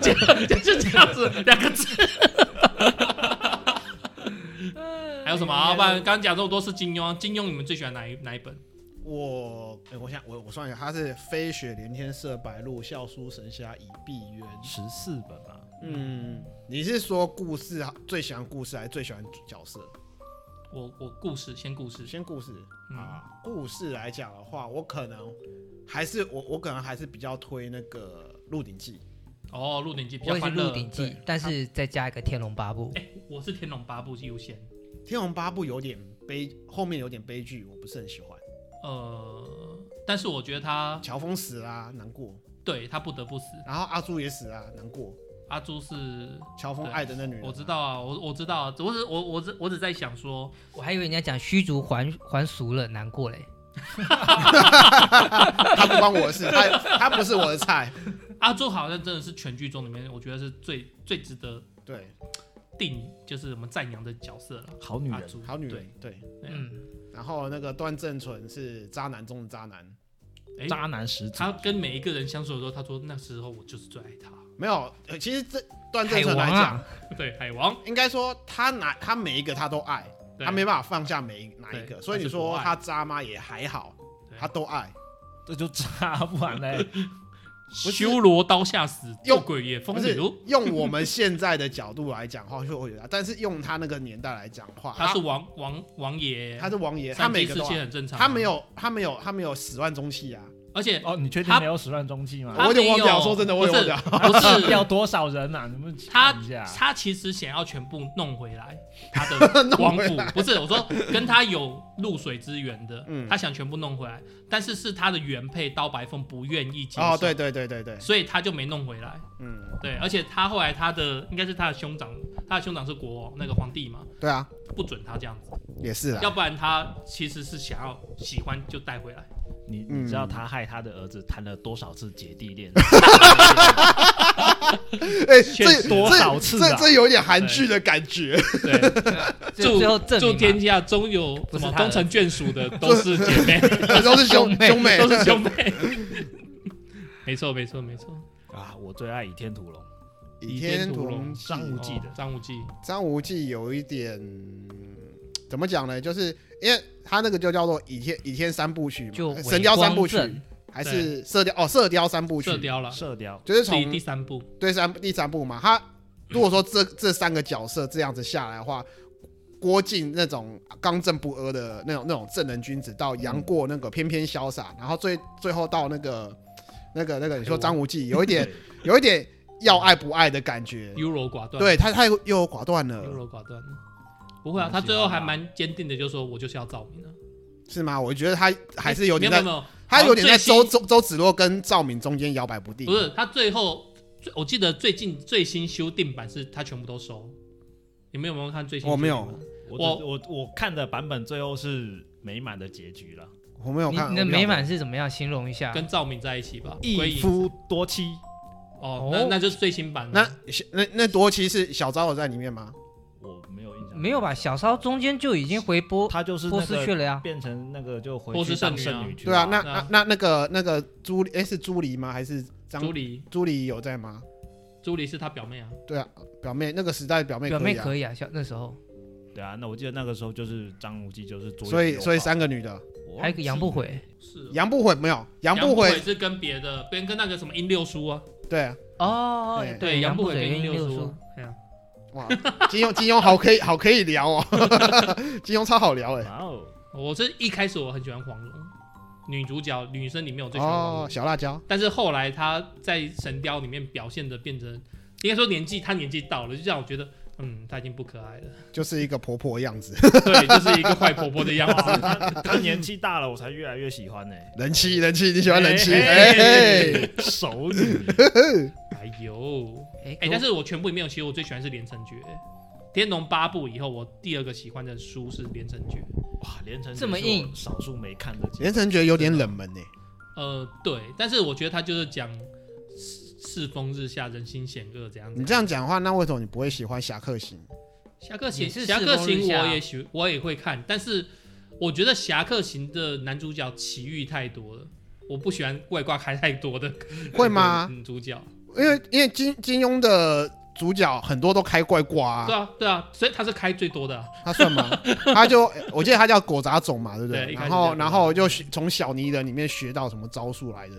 Speaker 4: 就就这样子两个字。还有什么啊？不然刚刚讲这么多是金庸啊，金庸你们最喜欢哪一哪一本？
Speaker 3: 我，哎，我想我我算一下，它是飞雪连天射白鹿，笑书神侠倚碧鸳。
Speaker 5: 十四本吧。
Speaker 3: 嗯，你是说故事啊最喜欢故事，还是最喜欢角色？
Speaker 4: 我我故事先故事，
Speaker 3: 先故事
Speaker 4: 嗯
Speaker 3: 啊，故事来讲的话，我可能还是我我可能还是比较推那个《鹿鼎记
Speaker 4: 哦，《鹿鼎记》比
Speaker 1: 我
Speaker 4: 较
Speaker 1: 也是《
Speaker 4: 欢乐。
Speaker 1: 鹿鼎记
Speaker 3: 对》，
Speaker 1: 但是再加一个《天龙八部》。
Speaker 4: 哎、我是《天龙八部》优先。》，
Speaker 3: 《天龙八部》有点悲，后面有点悲剧，我不是很喜欢。
Speaker 4: 呃，但是我觉得他
Speaker 3: 乔峰死啦、难过；
Speaker 4: 对他不得不死。
Speaker 3: 然后阿朱也死啦、难过。
Speaker 4: 阿朱是
Speaker 3: 乔峰
Speaker 4: 对
Speaker 3: 爱的那女人，
Speaker 4: 我知。道啊，我我知道、啊，我只我我只我只在想说，
Speaker 1: 我还以为你要讲虚竹还还俗了，难过嘞。
Speaker 3: *laughs* 他不关我的事，他他不是我的菜。 *laughs*
Speaker 4: 阿朱好像真的是全剧中里面，我觉得是最最值得
Speaker 3: 对，
Speaker 4: 定就是我们赞扬的角色了。
Speaker 5: 好女
Speaker 4: 阿
Speaker 5: 人，
Speaker 4: 朱，
Speaker 3: 好女人，对。
Speaker 4: 对，嗯，
Speaker 1: 嗯，
Speaker 3: 然后那个段正淳是渣男中的渣男，嗯
Speaker 4: 哎
Speaker 5: 渣男十足，
Speaker 4: 他跟每一个人相处的时候，他说那时候我就是最
Speaker 3: *laughs*
Speaker 4: 爱他。
Speaker 3: 没有。呃其实这段正
Speaker 1: 海
Speaker 3: 淳
Speaker 1: 王
Speaker 3: 来讲，
Speaker 1: 啊，
Speaker 4: 对，海王，
Speaker 3: 应该说他哪他每一个他都爱，
Speaker 4: 对
Speaker 3: 他没办法放下每一哪一个，
Speaker 4: 对
Speaker 3: 所以你
Speaker 4: 他是不
Speaker 3: 说
Speaker 4: 爱
Speaker 3: 他渣吗？也还好，
Speaker 4: 对
Speaker 3: 他都爱。
Speaker 5: 这就渣，不
Speaker 4: *laughs*
Speaker 5: 然嘞，
Speaker 3: 是
Speaker 4: 修罗刀下死，
Speaker 3: 用
Speaker 4: 做鬼也哦风
Speaker 3: 不是
Speaker 4: 流。
Speaker 3: 用我们现在的角度来讲话，就会有他，但是用他那个年代来讲话，
Speaker 4: 他是王王王爷，啊
Speaker 3: 他是王爷，他
Speaker 4: 三
Speaker 3: 每
Speaker 4: 妻
Speaker 3: 个
Speaker 4: 四
Speaker 3: 都
Speaker 4: 妾
Speaker 3: 爱
Speaker 4: 很正常啊。
Speaker 3: 他没有他没有他没有始乱终弃啊，
Speaker 4: 而且
Speaker 5: 哦，你确定
Speaker 4: 他
Speaker 5: 没有始乱终弃吗？
Speaker 4: 他
Speaker 3: 啊我有点忘
Speaker 4: 没
Speaker 3: 掉，
Speaker 4: 有
Speaker 3: 说真的，我有
Speaker 4: 不
Speaker 3: 点
Speaker 4: 是
Speaker 3: 忘掉。
Speaker 4: 不
Speaker 3: *laughs*
Speaker 4: 是
Speaker 5: *laughs* 要多少人啊？你们
Speaker 4: 他
Speaker 5: 看一下，
Speaker 4: 他其实想要全部弄回来，他
Speaker 3: *laughs*
Speaker 4: 的王府不是我说跟他有露水之缘的，
Speaker 3: 嗯
Speaker 4: 他想全部弄回来，但是是他的原配刀白凤不愿意接受，
Speaker 3: 哦，对，对对对对，
Speaker 4: 所以他就没弄回来。
Speaker 3: 嗯，
Speaker 4: 对，而且他后来他的应该是他的兄长，他的兄长是国王那个皇帝嘛，
Speaker 3: 对啊，
Speaker 4: 不准他这样子，
Speaker 3: 也是啊
Speaker 4: 要。不然他其实是想要喜欢就带回来。
Speaker 5: 你
Speaker 3: 嗯
Speaker 5: 你知道他害他的儿子谈了多少次姐弟
Speaker 3: *laughs*
Speaker 5: 恋？
Speaker 3: 哎，
Speaker 5: 劝
Speaker 3: 这
Speaker 5: 多少
Speaker 3: 这
Speaker 5: 次
Speaker 3: 这
Speaker 5: 啊
Speaker 3: 这有点韩剧的感觉，
Speaker 4: 对，
Speaker 1: 最
Speaker 4: 祝
Speaker 1: 最后证
Speaker 4: 祝
Speaker 1: 明
Speaker 4: 天
Speaker 1: 嘛
Speaker 4: 下终有
Speaker 1: 不
Speaker 4: 什
Speaker 1: 是
Speaker 4: 么
Speaker 1: 他
Speaker 4: 功成眷属
Speaker 3: *laughs*
Speaker 4: 的都是姐妹，
Speaker 3: 都是兄兄妹
Speaker 4: 都。是
Speaker 3: *laughs*
Speaker 4: 兄妹。没错，没错，没错。
Speaker 5: 啊，我最爱倚天屠龙，
Speaker 3: 倚天屠龙记
Speaker 5: 张无忌
Speaker 4: 哦
Speaker 5: 的，
Speaker 4: 张无忌，
Speaker 3: 张无忌有一点怎么讲呢？就是因为他那个就叫做倚天倚天三部曲
Speaker 1: 就
Speaker 3: 嘛，神雕三部曲
Speaker 1: 伪光正
Speaker 3: 还是射雕哦射雕三部曲
Speaker 4: 射，雕了，
Speaker 5: 射雕
Speaker 3: 就是
Speaker 4: 第第
Speaker 3: 从
Speaker 4: 三部，
Speaker 3: 对三第三部嘛。他如果说这这三个角色这样子下来的话。郭靖那种刚正不阿的那种那种正人君子，到杨过那个翩翩潇洒，然后最最后到那个那个那个，你
Speaker 4: 哎
Speaker 3: 说张无忌有一点
Speaker 5: 对
Speaker 3: 有一点要爱不爱的感觉，
Speaker 4: 优柔寡断，
Speaker 3: 对他太优柔寡断了
Speaker 4: 优，柔寡断。不会啊，
Speaker 5: 嗯
Speaker 4: 他最后
Speaker 5: 喜欢吧
Speaker 4: 还蛮坚定的，就说我就是要赵敏啊，
Speaker 3: 是吗？我觉得他还是有点在
Speaker 4: 没有没有，
Speaker 3: 他有点在
Speaker 4: 好
Speaker 3: 周
Speaker 4: 最
Speaker 3: 周周芷若跟赵敏中间摇摆不定。
Speaker 4: 不是他最后，最我记得最近最新修订版是他全部都收，你们有没有看最新修
Speaker 3: 我没
Speaker 4: 订
Speaker 3: 有
Speaker 4: 版？
Speaker 5: 我
Speaker 4: 我
Speaker 5: 我我看的版本最后是美满的结局了，
Speaker 3: 我没有
Speaker 1: 你
Speaker 3: 看。
Speaker 1: 你
Speaker 3: 我
Speaker 1: 的
Speaker 3: 没
Speaker 1: 美
Speaker 3: 有看
Speaker 1: 满是怎么样形容一下？
Speaker 4: 跟赵敏在一起吧，归
Speaker 5: 一
Speaker 4: 隐
Speaker 5: 夫多妻，
Speaker 4: 哦，那
Speaker 1: 哦
Speaker 4: 那就是最新版
Speaker 3: 那
Speaker 4: 了。
Speaker 3: 那那多奇是小昭有在里面吗？
Speaker 5: 我没有印象，
Speaker 1: 没有吧？小骚中间就已经回波
Speaker 5: 他就是
Speaker 1: 波
Speaker 5: 那
Speaker 1: 斯去
Speaker 5: 个
Speaker 1: 了呀。
Speaker 5: 变成那个就回
Speaker 4: 波
Speaker 5: 去
Speaker 4: 斯
Speaker 5: 当
Speaker 4: 圣女啊
Speaker 5: 圣女去
Speaker 3: 对啊，
Speaker 5: 了
Speaker 3: 那
Speaker 4: 对
Speaker 3: 那
Speaker 4: 啊
Speaker 3: 那那个那个朱莉，哎是朱莉吗？还是张
Speaker 4: 朱莉，
Speaker 3: 朱莉有在吗？
Speaker 4: 朱莉是他表妹啊，
Speaker 3: 对啊，表妹那个时代表妹
Speaker 1: 表妹
Speaker 3: 以啊，
Speaker 1: 可以啊，小那时候
Speaker 5: 对啊，那我记得那个时候就是张无忌就是左
Speaker 3: 所
Speaker 5: 右
Speaker 3: 以
Speaker 5: 手
Speaker 3: 所以
Speaker 5: 吧
Speaker 3: 三个女的，
Speaker 5: 我
Speaker 1: 还有一个杨不悔
Speaker 4: 是
Speaker 3: 杨不悔没有，杨不
Speaker 4: 不
Speaker 3: 悔
Speaker 4: 是跟别的，跟跟那个什么殷六叔啊，
Speaker 3: 对，
Speaker 1: 哦
Speaker 3: 对，
Speaker 4: 对，杨
Speaker 1: 不
Speaker 4: 悔跟
Speaker 1: 跟
Speaker 4: 殷
Speaker 1: 六
Speaker 4: 叔
Speaker 1: 叔
Speaker 4: 啊，，对啊
Speaker 3: 哇，金庸金庸好可以好可以聊哦， *laughs* 金庸超好聊哎。
Speaker 5: 哇哦，
Speaker 4: 我是一开始我很喜欢黄蓉，女主角女生里面我最喜欢黄
Speaker 3: 哦
Speaker 4: 蓉，，
Speaker 3: 小辣椒，
Speaker 4: 但是后来她在《神雕》里面表现的变成，应该说年纪她年纪到了，就让我觉得。嗯，她已经不可爱了， *laughs*
Speaker 3: 就是一个婆婆的样子，
Speaker 4: 对，就是一个坏婆婆的样子。 *laughs*
Speaker 5: 他年纪大了，我才越来越喜欢呢、
Speaker 3: 人妻人妻，你喜欢人妻？
Speaker 5: 哎
Speaker 3: 哎
Speaker 5: 嘿
Speaker 3: *laughs* 嘿，
Speaker 5: 熟女，
Speaker 4: 哎呦，
Speaker 1: 哎
Speaker 4: 哎、但是我全部里面，其实我最喜欢是《连城诀》。《天龙八部》以后，我第二个喜欢的书是《连城诀》。
Speaker 5: 哇，连城
Speaker 1: 这么硬，
Speaker 5: 少数没看的。
Speaker 3: 连城诀有点冷门呢。
Speaker 4: 呃，对，但是我觉得他就是讲世世风日下，人心险恶这样子。
Speaker 3: 你这样讲的话，那为什么你不会喜欢侠客行？
Speaker 4: 侠客行，
Speaker 1: 也是
Speaker 4: 侠
Speaker 1: 世
Speaker 4: 客
Speaker 1: 风
Speaker 4: 行
Speaker 1: 日下
Speaker 4: 我
Speaker 1: 啊
Speaker 4: 也喜，我也会看，但是我觉得侠客行的男主角奇遇太多了，我不喜欢外挂开太多的
Speaker 3: 会吗？
Speaker 4: 女主角。
Speaker 3: 因为因为金金庸的主角很多都开怪挂、
Speaker 4: 对
Speaker 3: 啊，
Speaker 4: 啊，对啊，所以他是开最多的啊、
Speaker 3: 他算
Speaker 4: *laughs*
Speaker 3: 吗？他就我记得他叫果杂种嘛，对不
Speaker 4: 对一
Speaker 3: 然
Speaker 4: 开始
Speaker 3: 后
Speaker 4: 叫
Speaker 3: 然后就学从小泥人里面学到什么招数来的，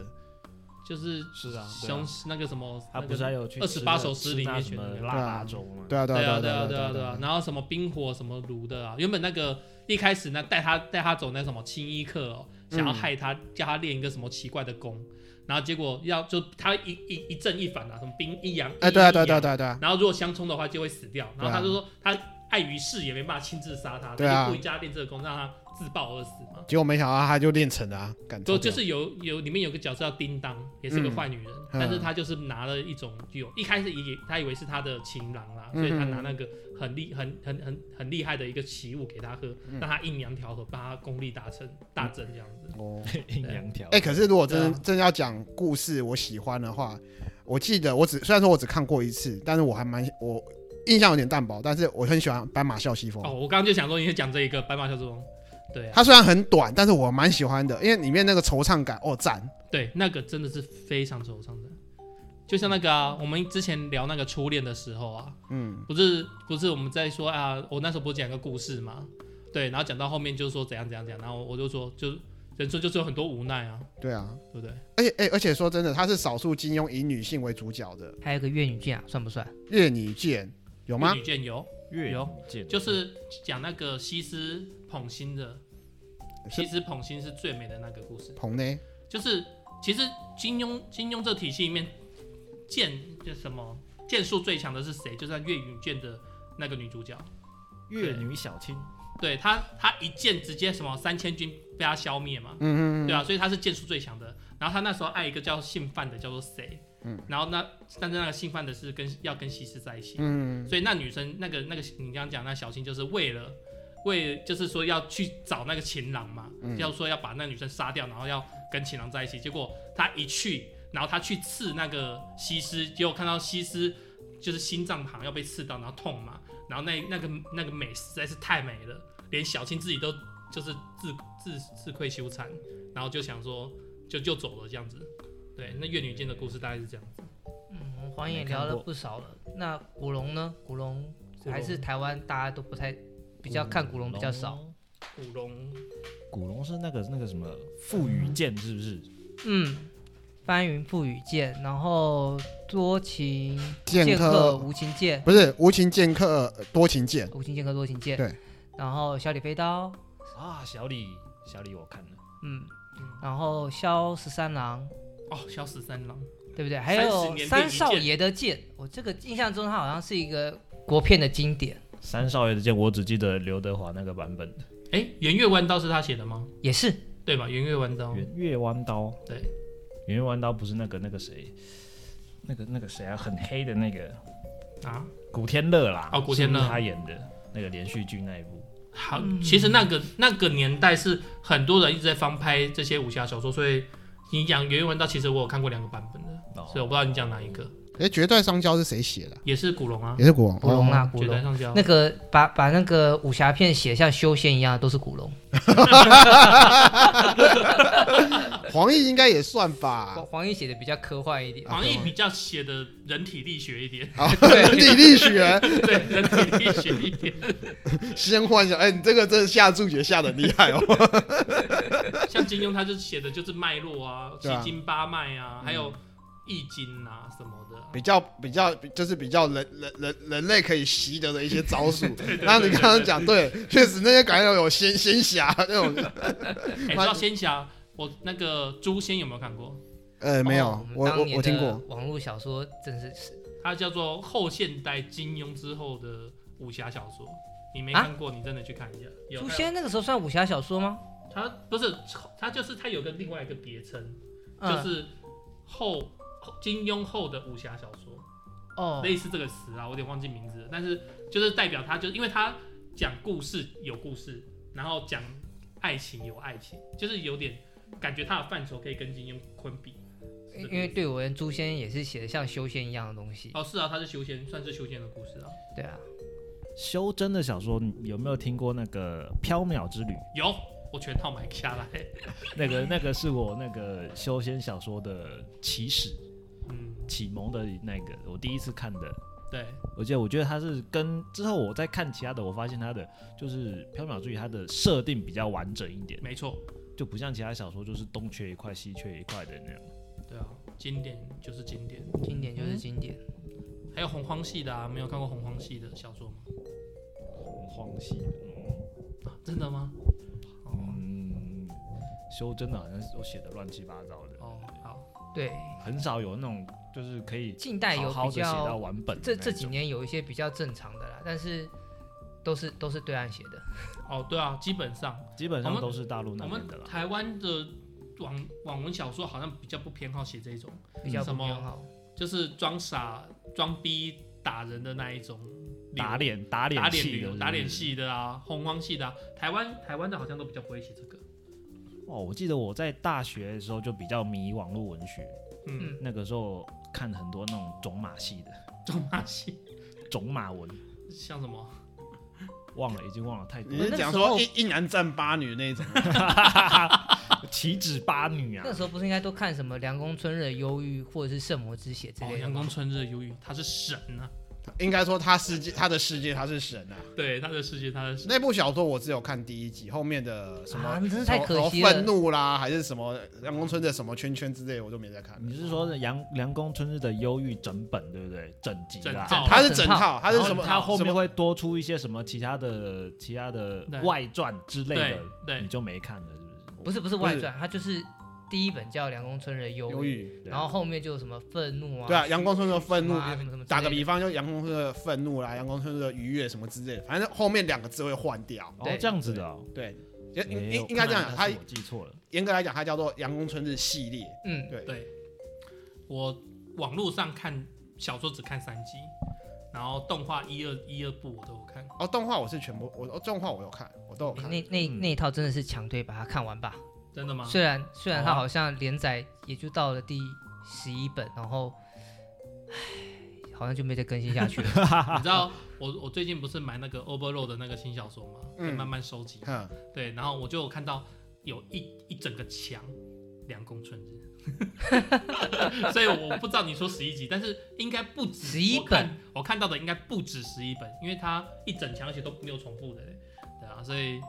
Speaker 4: 就是
Speaker 5: 是啊，对
Speaker 4: 像
Speaker 5: 啊
Speaker 4: 那个什么，
Speaker 5: 他
Speaker 4: 那
Speaker 5: 不
Speaker 4: 个
Speaker 5: 是还有去
Speaker 4: 28
Speaker 5: 吃那
Speaker 4: 首诗
Speaker 5: 吃
Speaker 4: 里
Speaker 5: 那
Speaker 4: 面
Speaker 5: 什
Speaker 4: 选
Speaker 5: 么
Speaker 4: 的那个
Speaker 5: 腊八粥吗？
Speaker 3: 对啊对
Speaker 4: 对啊，
Speaker 3: 对
Speaker 4: 啊，
Speaker 3: 对
Speaker 4: 啊，对啊。然后什么冰火什么炉的啊，原本那个一开始那带他带他走那什么青衣客哦，想
Speaker 3: 嗯
Speaker 4: 要害他，叫他练一个什么奇怪的功，然后结果要就他一一一正一反啊，什么冰一阳，
Speaker 3: 哎，对啊
Speaker 4: 一阴
Speaker 3: 对啊
Speaker 4: 一
Speaker 3: 对啊
Speaker 4: 阳
Speaker 3: 对啊对啊，
Speaker 4: 然后如果相冲的话就会死掉，
Speaker 3: 对
Speaker 4: 然后
Speaker 3: 啊
Speaker 4: 他就说他碍于势也没办法亲自杀他，
Speaker 3: 对啊
Speaker 4: 他就故意叫他练这个功，让他自爆而死嘛。
Speaker 3: 结果没想到他就练成了、啊，感
Speaker 4: 就
Speaker 3: 觉
Speaker 4: 就是有有里面有个角色叫叮当，也是个
Speaker 3: 嗯
Speaker 4: 坏女人，
Speaker 3: 嗯
Speaker 4: 但是她就是拿了一种具有一开始以她以为是她的情郎啦，
Speaker 3: 嗯
Speaker 4: 所以她拿那个很厉很很很很厉害的一个奇物给她喝，
Speaker 3: 嗯
Speaker 4: 让她阴阳调和，帮她功力达成大增这样子。
Speaker 3: 哦，
Speaker 5: *laughs* 阴阳条。
Speaker 3: 哎、可是如果真的、
Speaker 4: 对啊
Speaker 3: 真的要讲故事，我喜欢的话，我记得我只虽然说我只看过一次，但是我还蛮我印象有点淡薄，但是我很喜欢斑马啸西风。
Speaker 4: 哦，我刚刚就想说你是讲这一个白马小猪翁，对啊，
Speaker 3: 它虽然很短，但是我蛮喜欢的，因为里面那个惆怅感，哦，赞！
Speaker 4: 对，那个真的是非常惆怅的。就像那个啊，我们之前聊那个初恋的时候啊，
Speaker 3: 嗯，
Speaker 4: 不是不是我们在说啊，我那时候不是讲一个故事嘛，对，然后讲到后面就是说怎样怎样怎样，然后我就说就人生就是有很多无奈啊，
Speaker 3: 对啊，
Speaker 4: 对不对？
Speaker 3: 而且哎、而且说真的，它是少数金庸以女性为主角的《
Speaker 1: 还有一个越女剑啊，算不算？
Speaker 3: 越女剑》，有吗
Speaker 4: 女？剑游
Speaker 5: 月
Speaker 4: 有
Speaker 5: 见
Speaker 4: 就是讲那个西施捧心的，
Speaker 3: 是
Speaker 4: 西施捧心是最美的那个故事，
Speaker 3: 彭呢？
Speaker 4: 就是其实金庸金庸这体系里面，剑就什么剑术最强的是谁？就是《岳云剑》的那个女主角，
Speaker 2: 越女小青，
Speaker 4: 对她她一剑直接什么三千军被她消灭嘛，
Speaker 3: 嗯嗯，
Speaker 4: 对啊，所以她是剑术最强的。然后她那时候爱一个叫姓范的，叫做谁？
Speaker 3: 嗯，
Speaker 4: 然后那但是那个姓范的是跟要跟西施在一起，
Speaker 3: 嗯，
Speaker 4: 所以那女生那个那个你刚刚讲那小青就是为了为就是说要去找那个情郎嘛，
Speaker 3: 嗯
Speaker 4: 要说要把那女生杀掉，然后要跟情郎在一起。结果她一去，然后她去刺那个西施，结果看到西施就是心脏好像要被刺到，然后痛嘛，然后那那个那个美实在是太美了，连小青自己都就是自自自愧羞惭，然后就想说就就走了这样子。对，那越女剑的故事大概是这样子。
Speaker 1: 嗯，我们黄也聊
Speaker 5: 没看
Speaker 1: 了
Speaker 5: 过
Speaker 1: 不少了。那古龙呢？古龙
Speaker 4: 古龙
Speaker 1: 还是台湾大家都不太比较看古龙比较少。。
Speaker 4: 古龙
Speaker 5: 古龙是那个那个什么傅羽剑是不是？
Speaker 1: 嗯，翻云覆雨剑，然后多情
Speaker 3: 剑
Speaker 1: 客
Speaker 3: 客
Speaker 1: 无情剑，
Speaker 3: 不是无情剑客呃多情剑，
Speaker 1: 无情剑客多情剑。
Speaker 3: 对。
Speaker 1: 然后小李飞刀，
Speaker 5: 啊，小李小李我看了，
Speaker 1: 嗯
Speaker 4: 嗯，
Speaker 1: 然后萧十三郎，
Speaker 4: 哦，小死三郎。
Speaker 1: 对不对？还
Speaker 4: 30
Speaker 1: 有
Speaker 4: 年
Speaker 1: 三
Speaker 4: 变一
Speaker 1: 少
Speaker 4: 剑
Speaker 1: 爷的剑，我这个印象中它好像是一个国片的经典，
Speaker 5: 三少爷的剑我只记得刘德华那个版本的，
Speaker 4: 哎，《圆月弯刀》是他写的吗？
Speaker 1: 也是
Speaker 4: 对吧？《圆月弯刀》
Speaker 5: 圆月弯刀
Speaker 4: 对，
Speaker 5: 圆月弯刀不是那个那个谁，那个那个谁啊，很黑的那个
Speaker 4: 啊，
Speaker 5: 古天乐啦，
Speaker 4: 哦古天乐
Speaker 5: 是不是他演的那个连续剧那一部，
Speaker 4: 好，其实那个那个年代是很多人一直在翻拍这些武侠小说，所以你讲《圆月弯刀》，其实我有看过两个版本的，
Speaker 5: 哦
Speaker 4: 所以我不知道你讲哪一个，
Speaker 3: 哎，绝代双骄是谁写的啊？
Speaker 4: 也是古龙啊，
Speaker 3: 也是古龙，
Speaker 1: 古龙
Speaker 3: 哦
Speaker 1: 啊，古
Speaker 4: 绝代
Speaker 1: 龙。
Speaker 4: 上交
Speaker 1: 那。个把把那个武侠片写像修仙一样，都是古龙。
Speaker 3: 哦黄奕应该也算吧
Speaker 4: 啊
Speaker 1: 黄。黄奕写的比较科幻一点，
Speaker 4: 黄奕比较写的人体力学一点， *laughs*
Speaker 3: 好， *laughs* 体力哦学，
Speaker 4: 对，人体力学一点，
Speaker 3: 先幻想，哎，你这个真的下注解下的厉害
Speaker 1: *laughs*
Speaker 3: 哦。
Speaker 4: 像金庸他就写的就是脉络啊，七
Speaker 3: 对啊
Speaker 4: 经八脉啊，还有易经啊什么的啊，
Speaker 3: 比较比较就是比较人人人人类可以习得的一些
Speaker 1: *laughs*
Speaker 3: 招数。那你刚刚讲对，确实那些感觉有仙仙侠那
Speaker 1: *laughs*
Speaker 3: 种，
Speaker 4: 哎，知道仙侠，我那个诛仙有没有看过？
Speaker 3: 呃，没有
Speaker 1: 哦，
Speaker 3: 我
Speaker 1: 们当
Speaker 3: 我
Speaker 1: 年
Speaker 3: 我听
Speaker 1: 的
Speaker 3: 过，
Speaker 1: 网络小说真是是
Speaker 4: 它叫做后现代金庸之后的武侠小说。你没
Speaker 1: 啊
Speaker 4: 看过，你真的去看一下。有
Speaker 1: 诛仙那个时候算武侠小说吗？
Speaker 4: 它不是它就是它有个另外一个别称，就
Speaker 1: 嗯
Speaker 4: 是后后金庸后的武侠小说，
Speaker 1: 哦，
Speaker 4: 类似这个词啊，我有点忘记名字了。但是就是代表它，就是因为它讲故事有故事，然后讲爱情有爱情，就是有点感觉它的范畴可以跟金庸昆比。
Speaker 1: 因哦因为对我而言，诛仙也是写的像修仙一样的东西。
Speaker 4: 哦，是啊，它是修仙，算是修仙的故事啊。
Speaker 1: 对啊，
Speaker 5: 修真的小说，你有没有听过那个《缥缈之旅》？
Speaker 4: 有，我全套买下来。
Speaker 5: 那
Speaker 1: *laughs*
Speaker 5: 个那个是我那个修仙小说的起始
Speaker 4: 嗯，
Speaker 5: 启蒙的那个，我第一次看的。
Speaker 4: 对。
Speaker 5: 而且我觉得它是跟之后我再看其他的，我发现它的就是《缥缈之旅》它的设定比较完整一点，
Speaker 4: 没错，
Speaker 5: 就不像其他小说就是东缺一块西缺一块的那样。
Speaker 4: 对啊，经典就是经典。
Speaker 1: 经典
Speaker 4: 嗯
Speaker 1: 就是经典。
Speaker 4: 还有洪荒系的啊，没有看过洪荒系的小说吗？
Speaker 5: 洪荒系，
Speaker 4: 啊真的吗？哦
Speaker 5: 嗯，修真的好像是我写的乱七八糟的，
Speaker 4: 哦，好，
Speaker 1: 对，
Speaker 5: 很少有那种就是可以
Speaker 1: 近代有
Speaker 5: 好好
Speaker 1: 比
Speaker 5: 的写到
Speaker 1: 较，
Speaker 5: 完本的
Speaker 1: 这
Speaker 5: 那
Speaker 1: 这几
Speaker 5: 种
Speaker 1: 年有一些比较正常的啦，但是都是都是对岸写的。
Speaker 4: 哦，对啊，基本上
Speaker 5: 基本
Speaker 4: 我
Speaker 5: 上
Speaker 4: 们
Speaker 5: 都是大陆
Speaker 4: 我
Speaker 5: 那边
Speaker 4: 们
Speaker 5: 的啦。
Speaker 4: 台湾的网网文小说好像比较不偏好写这一种，
Speaker 1: 比较
Speaker 4: 嗯什
Speaker 1: 不
Speaker 4: 么
Speaker 1: 友好。
Speaker 4: 就是装傻、装逼、打人的那一种流，
Speaker 5: 打脸打脸
Speaker 4: 打脸
Speaker 5: 系
Speaker 4: 流
Speaker 5: 的
Speaker 4: 打脸
Speaker 5: 系。
Speaker 4: 系的啊，洪荒系的啊，台湾台湾的好像都比较不会写这个。
Speaker 5: 哦，我记得我在大学的时候就比较迷网络文学，
Speaker 4: 嗯，
Speaker 1: 嗯，
Speaker 5: 那个时候看很多那种种马系的
Speaker 4: 中马系
Speaker 5: 种马文，
Speaker 4: 像什么？
Speaker 5: 忘了已经忘了太多
Speaker 3: 你
Speaker 5: 了。
Speaker 3: 是讲说一一男战八女那种，
Speaker 5: 岂止八女啊
Speaker 1: 那？时候不是应该都看什么《凉宫春日的忧郁》或者是《圣魔之血》之
Speaker 5: 啊
Speaker 4: 哦，
Speaker 1: 类的
Speaker 4: 阳
Speaker 1: 吗？
Speaker 4: 光春日的忧郁，他是神啊，
Speaker 3: 应该说他世界他的世界他是神啊。
Speaker 4: 对，他的世界他的神。
Speaker 3: 那部小说我只有看第一集，后面的什
Speaker 1: 啊
Speaker 3: 么
Speaker 1: 你真是太
Speaker 3: 什么
Speaker 1: 可惜
Speaker 3: 什么愤
Speaker 1: 了
Speaker 3: 怒啦，还是什么阳光村的什么圈圈之类，我都没在看。
Speaker 5: 你是说梁梁公春日的忧郁整本对不对？整集啦。
Speaker 4: 整套
Speaker 3: 他是整
Speaker 1: 哦整套
Speaker 3: 套，他是什么？
Speaker 5: 他后
Speaker 3: 什
Speaker 5: 面
Speaker 3: 么
Speaker 5: 会多出一些什么其他的、其他的
Speaker 4: 对
Speaker 5: 外传之类
Speaker 4: 对
Speaker 5: 的，嗯
Speaker 4: 对
Speaker 5: 你，就没看了，是不是？
Speaker 1: 不是不是
Speaker 3: 不是
Speaker 1: 外传，它就是第一本叫《凉宫春日的忧
Speaker 3: 忧
Speaker 1: 郁》，
Speaker 3: 郁，
Speaker 1: 然后后面就有什么愤怒啊，
Speaker 3: 对啊，阳光村的愤怒
Speaker 1: 什么，啊什么什么之类的，
Speaker 3: 打个比方，就阳光村的愤怒啦，阳光村的愉悦什么之类的，反正后面两个字会换掉。
Speaker 5: 哦
Speaker 1: 对
Speaker 5: 这样子的哦，
Speaker 3: 对，也应
Speaker 5: 没有
Speaker 3: 应应该这样
Speaker 5: 那
Speaker 3: 讲，
Speaker 5: 是
Speaker 3: 它
Speaker 5: 我记错了，
Speaker 3: 严格来讲，它叫做阳光春日系列。
Speaker 1: 嗯，
Speaker 4: 对，我网络上看小说只看三集，然后动画一二一二部我都有看。
Speaker 3: 哦，动画我是全部，我哦动画我有看，我都有看。
Speaker 1: 那那
Speaker 5: 嗯
Speaker 1: 那一套真的是强推，把它看完吧。
Speaker 4: 真的吗？
Speaker 1: 虽然虽然
Speaker 4: 好
Speaker 1: 它
Speaker 4: 啊
Speaker 1: 好像连载也就到了第十一本，然后，唉，好像就没再更新下去
Speaker 4: *laughs*
Speaker 1: 了。
Speaker 4: 你知道我我最近不是买那个 Overload 的那个新小说吗？
Speaker 3: 嗯
Speaker 4: 在慢慢收集。
Speaker 3: 哼，
Speaker 4: 对，然后我就有看到有一一整个墙两公春日， *laughs* 所以我不知道你说十一集，但是应该不止
Speaker 1: 11
Speaker 4: 我看我看到的应该不止十一本，因为它一整墙而且都没有重复的嘞，对啊，所以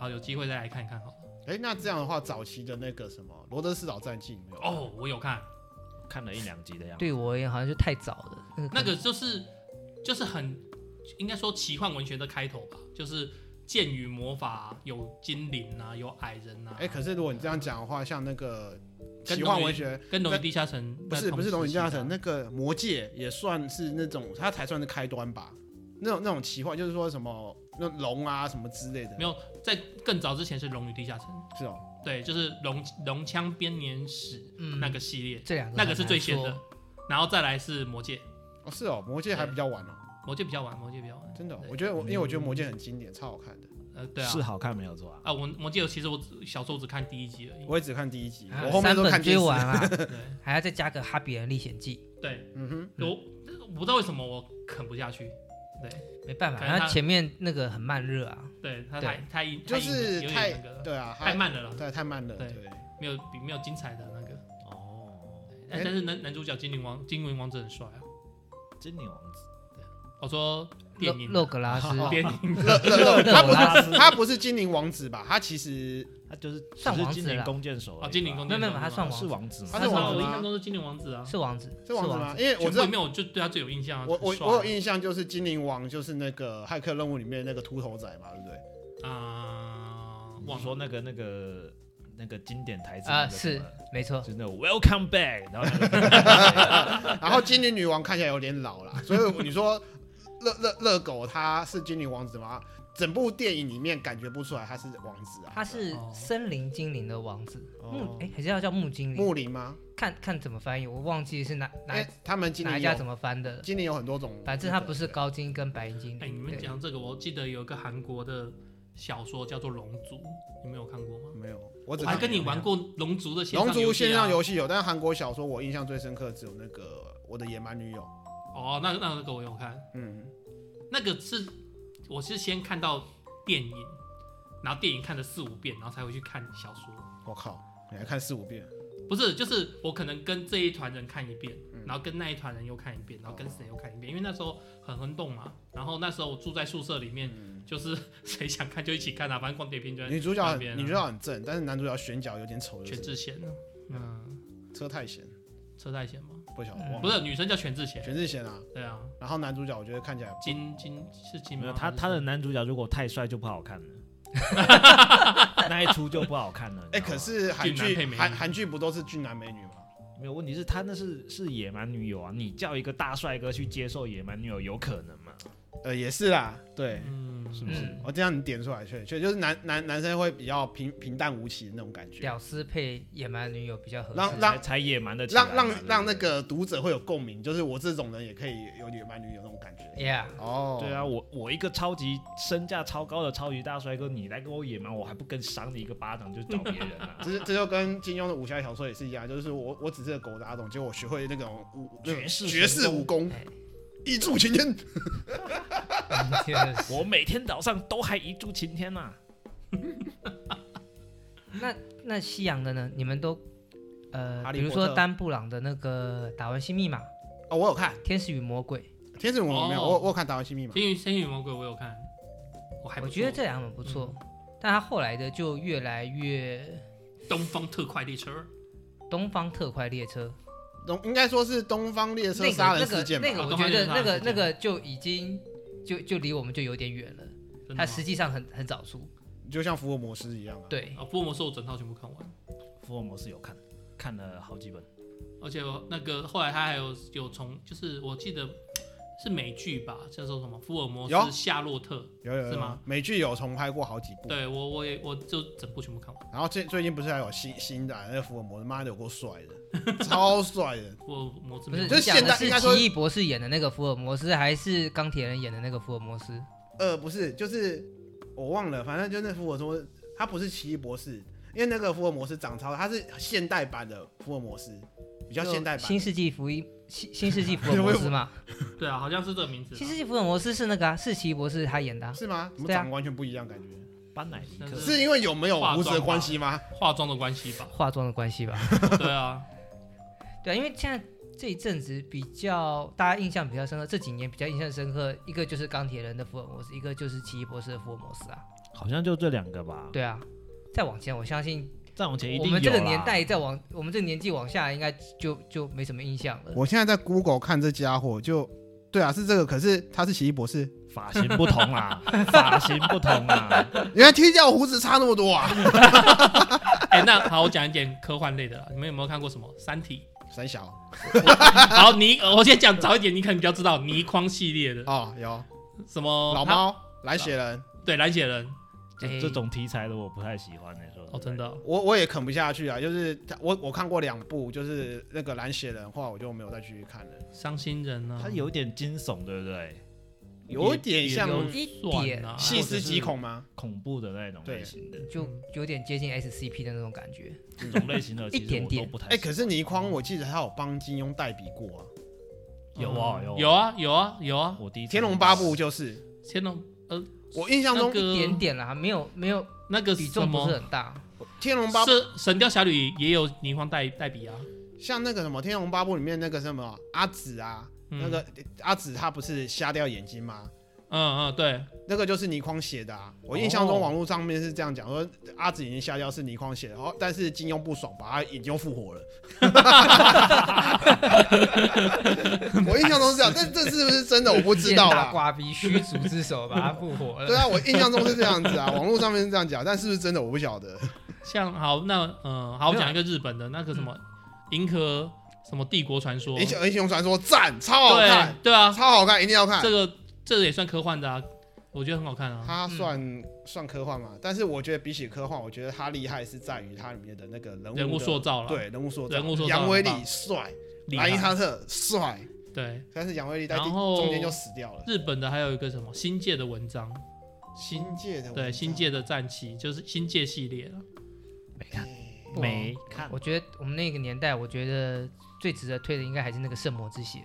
Speaker 4: 好有机会再来看看好了。
Speaker 3: 哎，那这样的话，早期的那个什么《罗德斯岛战记》你没有？，
Speaker 4: 哦，我有看，
Speaker 5: 看了一两集的样子。
Speaker 1: 对我而言好像就太早了。那个
Speaker 4: 那
Speaker 1: 可能
Speaker 4: 个就是就是很应该说奇幻文学的开头吧，就是剑与魔法，有精灵啊，有矮人啊，
Speaker 3: 哎，可是如果你这样讲的话，像那个
Speaker 4: 跟
Speaker 3: 奇幻
Speaker 4: 龙与
Speaker 3: 文学，
Speaker 4: 跟《龙与地下城》
Speaker 3: 不是
Speaker 4: 在同
Speaker 3: 不是《龙与地
Speaker 4: 时期的
Speaker 3: 下城》，那个《魔戒》也算是那种，它才算是开端吧。那种那种奇幻，就是说什么那龙啊什么之类的
Speaker 4: 没，有在更早之前是《龙与地下城
Speaker 3: 是哦。》，
Speaker 4: 对，就是《龙龙枪编年史》
Speaker 1: 嗯
Speaker 4: 那个系列，
Speaker 1: 这两个
Speaker 4: 那个是
Speaker 1: 很难
Speaker 4: 最先
Speaker 1: 说
Speaker 4: 的，然后再来是《魔戒》，
Speaker 3: 哦是哦，《魔戒》还比较晚哦，
Speaker 4: 《魔戒》比较晚，《魔戒》比较晚，
Speaker 3: 真的哦、
Speaker 4: 对
Speaker 3: 我觉得我因为我觉得《魔戒》很经典，超好看的。
Speaker 4: 呃，对啊，
Speaker 5: 是好看没有错啊。
Speaker 4: 啊，我《魔戒》其实我只小时候只看第一集而已，
Speaker 3: 我也只看第一集，
Speaker 1: 啊
Speaker 3: 我后面
Speaker 1: 三
Speaker 3: 都看
Speaker 1: 本
Speaker 3: 第一
Speaker 1: 追
Speaker 3: 集。
Speaker 1: 完啊，
Speaker 4: 对
Speaker 1: 还要再加个《哈比人历险记
Speaker 4: 对，
Speaker 3: 嗯哼，
Speaker 4: 我我不知道为什么我啃不下去，对》，
Speaker 1: 没办法，
Speaker 4: 可能
Speaker 1: 它
Speaker 4: 它
Speaker 1: 前面那个很慢热啊。
Speaker 4: 对，它
Speaker 1: 对
Speaker 4: 太太硬
Speaker 3: 就是
Speaker 4: 有
Speaker 3: 太
Speaker 4: 点那个
Speaker 3: 对啊，
Speaker 1: 哎
Speaker 4: 太慢了啦，
Speaker 3: 对，太慢了，
Speaker 4: 对
Speaker 3: 对。
Speaker 4: 没有比没有精彩的那个，
Speaker 5: 哦，
Speaker 4: 对
Speaker 3: 哎
Speaker 4: 但是男男主角精灵王精灵王子很帅啊，
Speaker 5: 精灵王子，
Speaker 4: 我说电
Speaker 1: 洛
Speaker 4: 影啊哦
Speaker 1: 洛格哦拉斯，
Speaker 3: 哦
Speaker 4: 电影啊
Speaker 3: 乐乐乐，
Speaker 1: 勒
Speaker 3: 他 *laughs* 不
Speaker 1: 拉
Speaker 3: 是他不是精灵王子吧？他其实
Speaker 5: 他
Speaker 3: *laughs*
Speaker 5: 就是
Speaker 1: 算
Speaker 5: 只是
Speaker 1: 王子
Speaker 5: 精灵
Speaker 1: 啦
Speaker 5: 弓箭手而已吧，
Speaker 4: 哦，精灵公
Speaker 1: 没有没有他算
Speaker 5: 哦
Speaker 1: 王
Speaker 5: 是王子吗？
Speaker 3: 他
Speaker 4: 他
Speaker 3: 是
Speaker 4: 是
Speaker 3: 王
Speaker 4: 我
Speaker 3: 子
Speaker 4: 印
Speaker 3: 吗
Speaker 4: 象中是精灵王子啊，
Speaker 1: 是王子，
Speaker 3: 是王子吗？
Speaker 1: 子，
Speaker 3: 因为我知道
Speaker 4: 没有，我就对他最有印象啊。
Speaker 3: 我我
Speaker 4: 很帅啊
Speaker 3: 我有印象，就是精灵王就是那个骇客任务里面那个秃头仔嘛，对不对？
Speaker 4: 啊，
Speaker 5: 忘
Speaker 4: 忘
Speaker 5: 说
Speaker 4: 了
Speaker 5: 那个那个那个经典台词
Speaker 1: 啊
Speaker 5: 那个什
Speaker 1: 是
Speaker 5: 么
Speaker 1: 没错
Speaker 5: *laughs* 就，是那种 Welcome back，然后那个
Speaker 3: 然后精灵女王看起来有点老啦，所以你说乐乐乐狗他是精灵王子吗？整部电影里面感觉不出来他是王子啊，
Speaker 1: 他是
Speaker 4: 哦
Speaker 1: 森林精灵的王子，木
Speaker 3: 哦
Speaker 1: 哎还是要叫木精灵，
Speaker 3: 木林吗？
Speaker 1: 看看怎么翻译，我忘记是哪哪
Speaker 3: 哎，他们精
Speaker 1: 哪
Speaker 3: 灵
Speaker 1: 一家怎
Speaker 3: 有
Speaker 1: 么翻的了，
Speaker 3: 精灵有很多种，
Speaker 1: 反正他不是高精跟白银精灵。
Speaker 4: 哎，你们
Speaker 1: 对
Speaker 4: 讲这个，我记得有一个韩国的小说叫做《龙族》，你们有看过吗？
Speaker 3: 没有，我只
Speaker 4: 我还
Speaker 3: 看
Speaker 4: 跟你玩过《龙族》的线
Speaker 3: 龙
Speaker 4: 上
Speaker 3: 族
Speaker 4: 游戏
Speaker 3: 线
Speaker 4: 啊
Speaker 3: 上。游戏有，但是韩国小说我印象最深刻只有那个《我的野蛮女友》。
Speaker 4: 哦，那那个我有看，
Speaker 3: 嗯，
Speaker 4: 那个是我是先看到电影，然后电影看了四五遍，然后才会去看小说。
Speaker 3: 我靠，你还看四五遍？
Speaker 4: 不是，就是我可能跟这一团人看一遍，然后跟那一团人又看一遍，然后跟谁又看一遍，因为那时候很轰动嘛。然后那时候我住在宿舍里面，就是谁想看就一起看啊，反正光碟片就在
Speaker 3: 女主角很
Speaker 4: 旁边啊
Speaker 3: 女主角很正，但是男主角选角有点丑，就
Speaker 4: 全
Speaker 3: 是
Speaker 4: 智贤啊，嗯，
Speaker 3: 车太贤，
Speaker 4: 车太贤吗？
Speaker 3: 不晓得
Speaker 1: 嗯
Speaker 3: 忘
Speaker 4: 不
Speaker 3: 了，
Speaker 4: 是，女生叫全智贤，
Speaker 3: 全智贤啊。
Speaker 4: 对啊，
Speaker 3: 然后男主角我觉得看起来
Speaker 4: 金金是金
Speaker 5: 没有
Speaker 4: 吗？
Speaker 5: 他
Speaker 4: 还是
Speaker 5: 他的男主角如果太帅就不好看了，那一出就不好看了。你知
Speaker 3: 哎，
Speaker 5: 道吗
Speaker 3: 可是韩
Speaker 4: 哦俊男配美
Speaker 3: 剧
Speaker 4: 女
Speaker 3: 韩韩剧不都是俊男美女吗？
Speaker 5: 没有问题是他那是是野蛮女友啊，你叫一个大帅哥去接受野蛮女友有可能吗？
Speaker 3: 呃，也是啦，对。
Speaker 4: 嗯，
Speaker 5: 是不是
Speaker 1: 嗯
Speaker 3: 我这样你点出来，确确就是男男男生会比较平平淡无奇的那种感觉，
Speaker 1: 屌丝配野蛮女友比较合适。
Speaker 3: 让
Speaker 5: 才
Speaker 3: 让
Speaker 5: 才野蛮的起来嘛
Speaker 3: 让
Speaker 5: 对不
Speaker 3: 让
Speaker 5: 对
Speaker 3: 让那个读者会有共鸣，就是我这种人也可以有野蛮女友那种感觉。
Speaker 1: Yeah，
Speaker 3: 哦，
Speaker 5: 对啊，我我一个超级身价超高的超级大帅哥，你来跟我野蛮，我还不跟赏你一个巴掌就找别人 *laughs* 啊？
Speaker 3: 这是这就跟金庸的武侠小说也是一样，就是我我只是个狗杂种，结果我学会那种武那种
Speaker 5: 绝世
Speaker 3: 绝世
Speaker 5: 神功
Speaker 3: 武功
Speaker 1: 哎，
Speaker 3: 一柱擎天。
Speaker 1: 真的是
Speaker 5: 我每天早上都还一柱擎天呐、啊
Speaker 1: 那 *laughs* 那西洋的呢？你们都呃
Speaker 3: 哈，利
Speaker 1: 比如
Speaker 3: 波特
Speaker 1: 说丹布朗的那个《打完新密码》
Speaker 3: 哦，我有看
Speaker 1: 《天使与魔鬼》，
Speaker 3: 《天使我没有，
Speaker 4: 哦
Speaker 3: 我我有看《达文西密码》。
Speaker 4: 天与天与魔鬼我有看，我还不
Speaker 1: 我
Speaker 4: 错
Speaker 1: 觉得这两本不错，
Speaker 3: 嗯
Speaker 1: 但他后来的就越来越
Speaker 4: 东方特快列车
Speaker 1: 《东方特快列车
Speaker 3: 东应该说是东方列》车杀
Speaker 1: 那
Speaker 3: 人
Speaker 1: 个
Speaker 3: 事
Speaker 1: 那个
Speaker 3: 件吧？
Speaker 1: 那个，
Speaker 4: 啊
Speaker 1: 我
Speaker 4: 东
Speaker 1: 觉
Speaker 4: 方
Speaker 1: 得
Speaker 4: 列车
Speaker 1: 那
Speaker 4: 杀
Speaker 1: 个
Speaker 4: 人事
Speaker 1: 那
Speaker 4: 件
Speaker 1: 个就已经就就离我们就有点远了。
Speaker 4: 真
Speaker 1: 它
Speaker 4: 的
Speaker 1: 实
Speaker 4: 吗？哦
Speaker 1: 际上很很早出，
Speaker 3: 就像福尔摩斯一样啊。
Speaker 1: 对
Speaker 4: 啊，福尔摩斯我整套全部看完，
Speaker 5: 福尔摩斯有看，看了好几本。
Speaker 4: 而且我那个后来他还有有从，就是我记得是美剧吧，叫做什么《福尔摩
Speaker 3: 有
Speaker 4: 斯夏洛特》
Speaker 3: 有有
Speaker 4: 是
Speaker 3: 有
Speaker 4: 吗，
Speaker 3: 美剧有重拍过好几部，
Speaker 4: 对我我也我就整部全部看完。
Speaker 3: 然后最最近不是还有新新的啊那个福尔摩斯，妈的有够帅的， *laughs* 超帅的，
Speaker 4: 福尔摩斯
Speaker 1: 不是
Speaker 4: 没
Speaker 3: 就
Speaker 1: 你
Speaker 3: 是
Speaker 1: 讲
Speaker 3: 现
Speaker 1: 的
Speaker 3: 代
Speaker 1: 是
Speaker 3: 应该说
Speaker 1: 奇异博士演的那个福尔摩斯，还是钢铁人演的那个福尔摩斯？
Speaker 3: 呃，不是，就是我忘了，反正就那福尔摩斯，他不是奇异博士，因为那个福尔摩斯长超，他是现代版的福尔摩斯，比较现代版
Speaker 1: 新世纪福音，新新世纪福
Speaker 3: *laughs*
Speaker 1: 尔摩斯嘛？
Speaker 4: 对啊，好像是这个名字啊。
Speaker 1: 新世纪福尔摩斯是那个啊，是奇异博士他演的、啊。
Speaker 3: 是吗？怎么
Speaker 1: 对啊？
Speaker 3: 长得完全不一样感觉？
Speaker 5: 班乃迪克
Speaker 4: 但
Speaker 3: 是因为有没有
Speaker 4: 化
Speaker 3: 胡子的
Speaker 4: 妆吧
Speaker 3: 关系吗？
Speaker 4: 化妆的关系吧
Speaker 1: 化妆的关系吧， *laughs*
Speaker 4: 对啊，
Speaker 1: 对啊，因为现在这一阵子比较大家印象比较深刻，这几年比较印象深刻，一个就是钢铁人的福尔摩斯，一个就是奇异博士的福尔摩斯啊，
Speaker 5: 好像就这两个吧。
Speaker 1: 对啊，再往前我相信
Speaker 5: 再往前一定
Speaker 1: 我
Speaker 5: 有
Speaker 1: 们这个
Speaker 5: 啦
Speaker 1: 年代再往我们这个年纪往下，应该就就没什么印象了。
Speaker 3: 我现在在 Google 看这家伙，就对啊，是这个，可是他是奇异博士，
Speaker 5: 发型不同啦，发型不同啊啦。
Speaker 3: 原来剃掉胡子差那么多啊！
Speaker 4: 哎、那好，我讲一点科幻类的啦。你们有没有看过什么《三体
Speaker 3: 三小》？
Speaker 4: 好，你我先讲早一点，你可能比较知道倪匡系列的
Speaker 3: 哦，有
Speaker 4: 什么
Speaker 3: 老
Speaker 4: 他
Speaker 3: 猫蓝血人，
Speaker 4: 对蓝血人
Speaker 1: 哎
Speaker 5: 这这种题材的我不太喜欢，你说
Speaker 4: 哦，真的哦、
Speaker 3: 我我也啃不下去啊，就是他我我看过两部，就是那个蓝血人，后来我就没有再继续看了，
Speaker 4: 伤心人呢、啊？
Speaker 5: 它有点惊悚，对不对？
Speaker 3: 有点像
Speaker 1: 有
Speaker 4: 算
Speaker 1: 一点
Speaker 4: 啊，
Speaker 3: 细思极恐吗？
Speaker 5: 恐怖的那种
Speaker 3: 对
Speaker 5: 类型的，
Speaker 1: 就有点接近 SCP 的那种感觉。
Speaker 5: 这种类型的其
Speaker 1: 一
Speaker 5: 实
Speaker 1: 点
Speaker 5: 我都
Speaker 1: 点
Speaker 5: 不太喜欢。
Speaker 4: 啊
Speaker 3: 哎、可是倪匡，我记得他有帮金庸代笔过啊，
Speaker 5: 有啊有
Speaker 4: 嗯
Speaker 5: 啊
Speaker 4: 有啊有啊有啊，
Speaker 5: 我第一
Speaker 3: 《
Speaker 5: 次
Speaker 3: 天龙八部》就是，
Speaker 4: 乾隆呃
Speaker 3: 我印象中
Speaker 4: 那个
Speaker 1: 一点点啦，没有没有
Speaker 4: 那个
Speaker 1: 比
Speaker 4: 什
Speaker 1: 重不是
Speaker 4: 么
Speaker 1: 很大。
Speaker 3: 天龙八部》
Speaker 4: 是《神雕侠侣》也有倪匡代代笔啊，
Speaker 3: 像那个什么《天龙八部》里面那个什么阿紫啊，
Speaker 4: 嗯
Speaker 3: 那个阿紫她不是瞎掉眼睛吗？
Speaker 4: 嗯嗯对，
Speaker 3: 那个就是倪匡写的啊，我印象中
Speaker 5: 哦
Speaker 3: 网络上面是这样讲说，阿紫眼睛瞎掉是倪匡写的，哦，但是金庸不爽，把他眼睛又复
Speaker 4: *laughs*
Speaker 3: 活了。我印象中是这样，但这是不是真的我不知道
Speaker 4: *laughs*
Speaker 1: 剑大
Speaker 3: 啦。
Speaker 1: 挂鼻，虚竹之手把它复活
Speaker 3: *laughs* 对
Speaker 1: 了。
Speaker 3: 啊，我印象中是这样子啊，网络上面是这样讲，但是不是真的我不晓得。
Speaker 4: 哦像好那嗯好，我讲一个日本的那个什么
Speaker 3: 嗯
Speaker 4: 银河什么帝国传说，
Speaker 3: 英雄英雄传说赞，超好看
Speaker 4: 对，对啊，
Speaker 3: 超好看，一定要看
Speaker 4: 这。个这个也算科幻的啊，我觉得很好看啊。
Speaker 3: 它算、算科幻嘛，但是我觉得比起科幻，我觉得它厉害是在于它里面的那个人物
Speaker 4: 人物
Speaker 3: 的
Speaker 4: 塑造了，
Speaker 3: 对人物塑造，
Speaker 4: 人物塑造
Speaker 3: 杨威利
Speaker 4: 很棒
Speaker 3: 帅，
Speaker 4: 厉
Speaker 3: 莱因
Speaker 4: 害，
Speaker 3: 哈特帅，
Speaker 4: 对
Speaker 3: 但是杨威利在
Speaker 4: 然
Speaker 3: 第
Speaker 4: 后
Speaker 3: 中间就死掉了。
Speaker 4: 日本的还有一个什么星界的文章，新
Speaker 3: 新界的
Speaker 4: 对
Speaker 3: 文
Speaker 4: 星
Speaker 3: 章
Speaker 4: 界的战旗就是星界系列啊了。
Speaker 3: 哎
Speaker 5: 没看
Speaker 1: 不
Speaker 5: 啊没看
Speaker 1: 我觉得我们那个年代，我觉得最值得推的应该还是那个《圣魔之血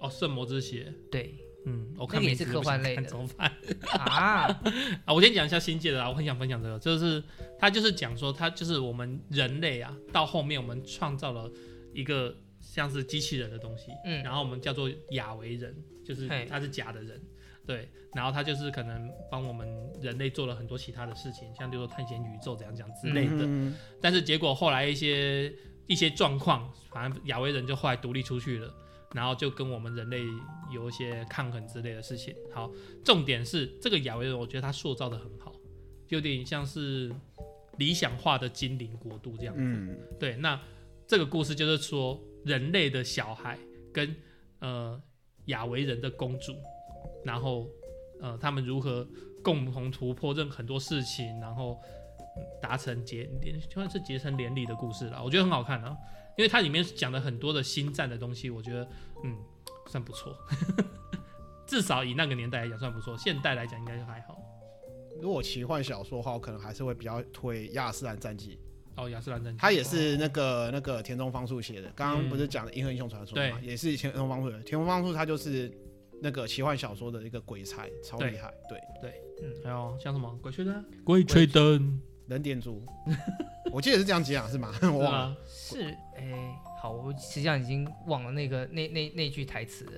Speaker 4: 哦，圣魔之血，》。
Speaker 1: 对
Speaker 4: 嗯，我
Speaker 1: 那
Speaker 4: 看
Speaker 1: 个也
Speaker 4: 名字
Speaker 1: 是
Speaker 4: 都
Speaker 1: 科
Speaker 4: 不想
Speaker 1: 幻类
Speaker 4: 看
Speaker 1: 的
Speaker 4: 怎么办？
Speaker 1: 啊，
Speaker 4: 啊，我先讲一下《星界》的啊，我很想分享这个，就是他就是讲说，他就是我们人类啊，到后面我们创造了一个像是机器人的东西，
Speaker 1: 嗯
Speaker 4: 然后我们叫做亚维人，就是
Speaker 1: 嘿
Speaker 4: 他是假的人，对，然后他就是可能帮我们人类做了很多其他的事情，像比如说探险宇宙怎样讲之类的，
Speaker 3: 嗯
Speaker 4: 但是结果后来一些一些状况，反正亚维人就后来独立出去了，然后就跟我们人类有一些抗衡之类的事情。好，重点是这个亚维人，我觉得他塑造的很好，有点像是理想化的精灵国度这样子。
Speaker 3: 嗯，
Speaker 4: 对，那这个故事就是说人类的小孩跟呃亚维人的公主，然后呃他们如何共同突破任很多事情，然后嗯达成结连，算是结成连理的故事了。我觉得很好看啊，因为它里面讲了很多的星战的东西，我觉得嗯算不错。 *laughs* 至少以那个年代来讲算不错，现代来讲应该就还好。
Speaker 3: 如果奇幻小说的话，我可能还是会比较推《亚斯兰战记
Speaker 4: 哦，亚斯兰战》，记，
Speaker 3: 它也是那个那个田中芳树写的。刚刚不是讲《银河英雄传说》嘛，
Speaker 4: 嗯对
Speaker 3: 也是田中芳树的。田中芳树他就是那个奇幻小说的一个鬼才，超厉害。对，
Speaker 4: 还有像什么鬼吹灯、鬼吹灯，
Speaker 3: 人点珠， *laughs* 我记得是这样讲是吗？ *laughs* 我
Speaker 4: 是啊
Speaker 3: 忘了。
Speaker 4: 吗？
Speaker 1: 是哎，好，我实际上已经忘了那个那那那句台词了。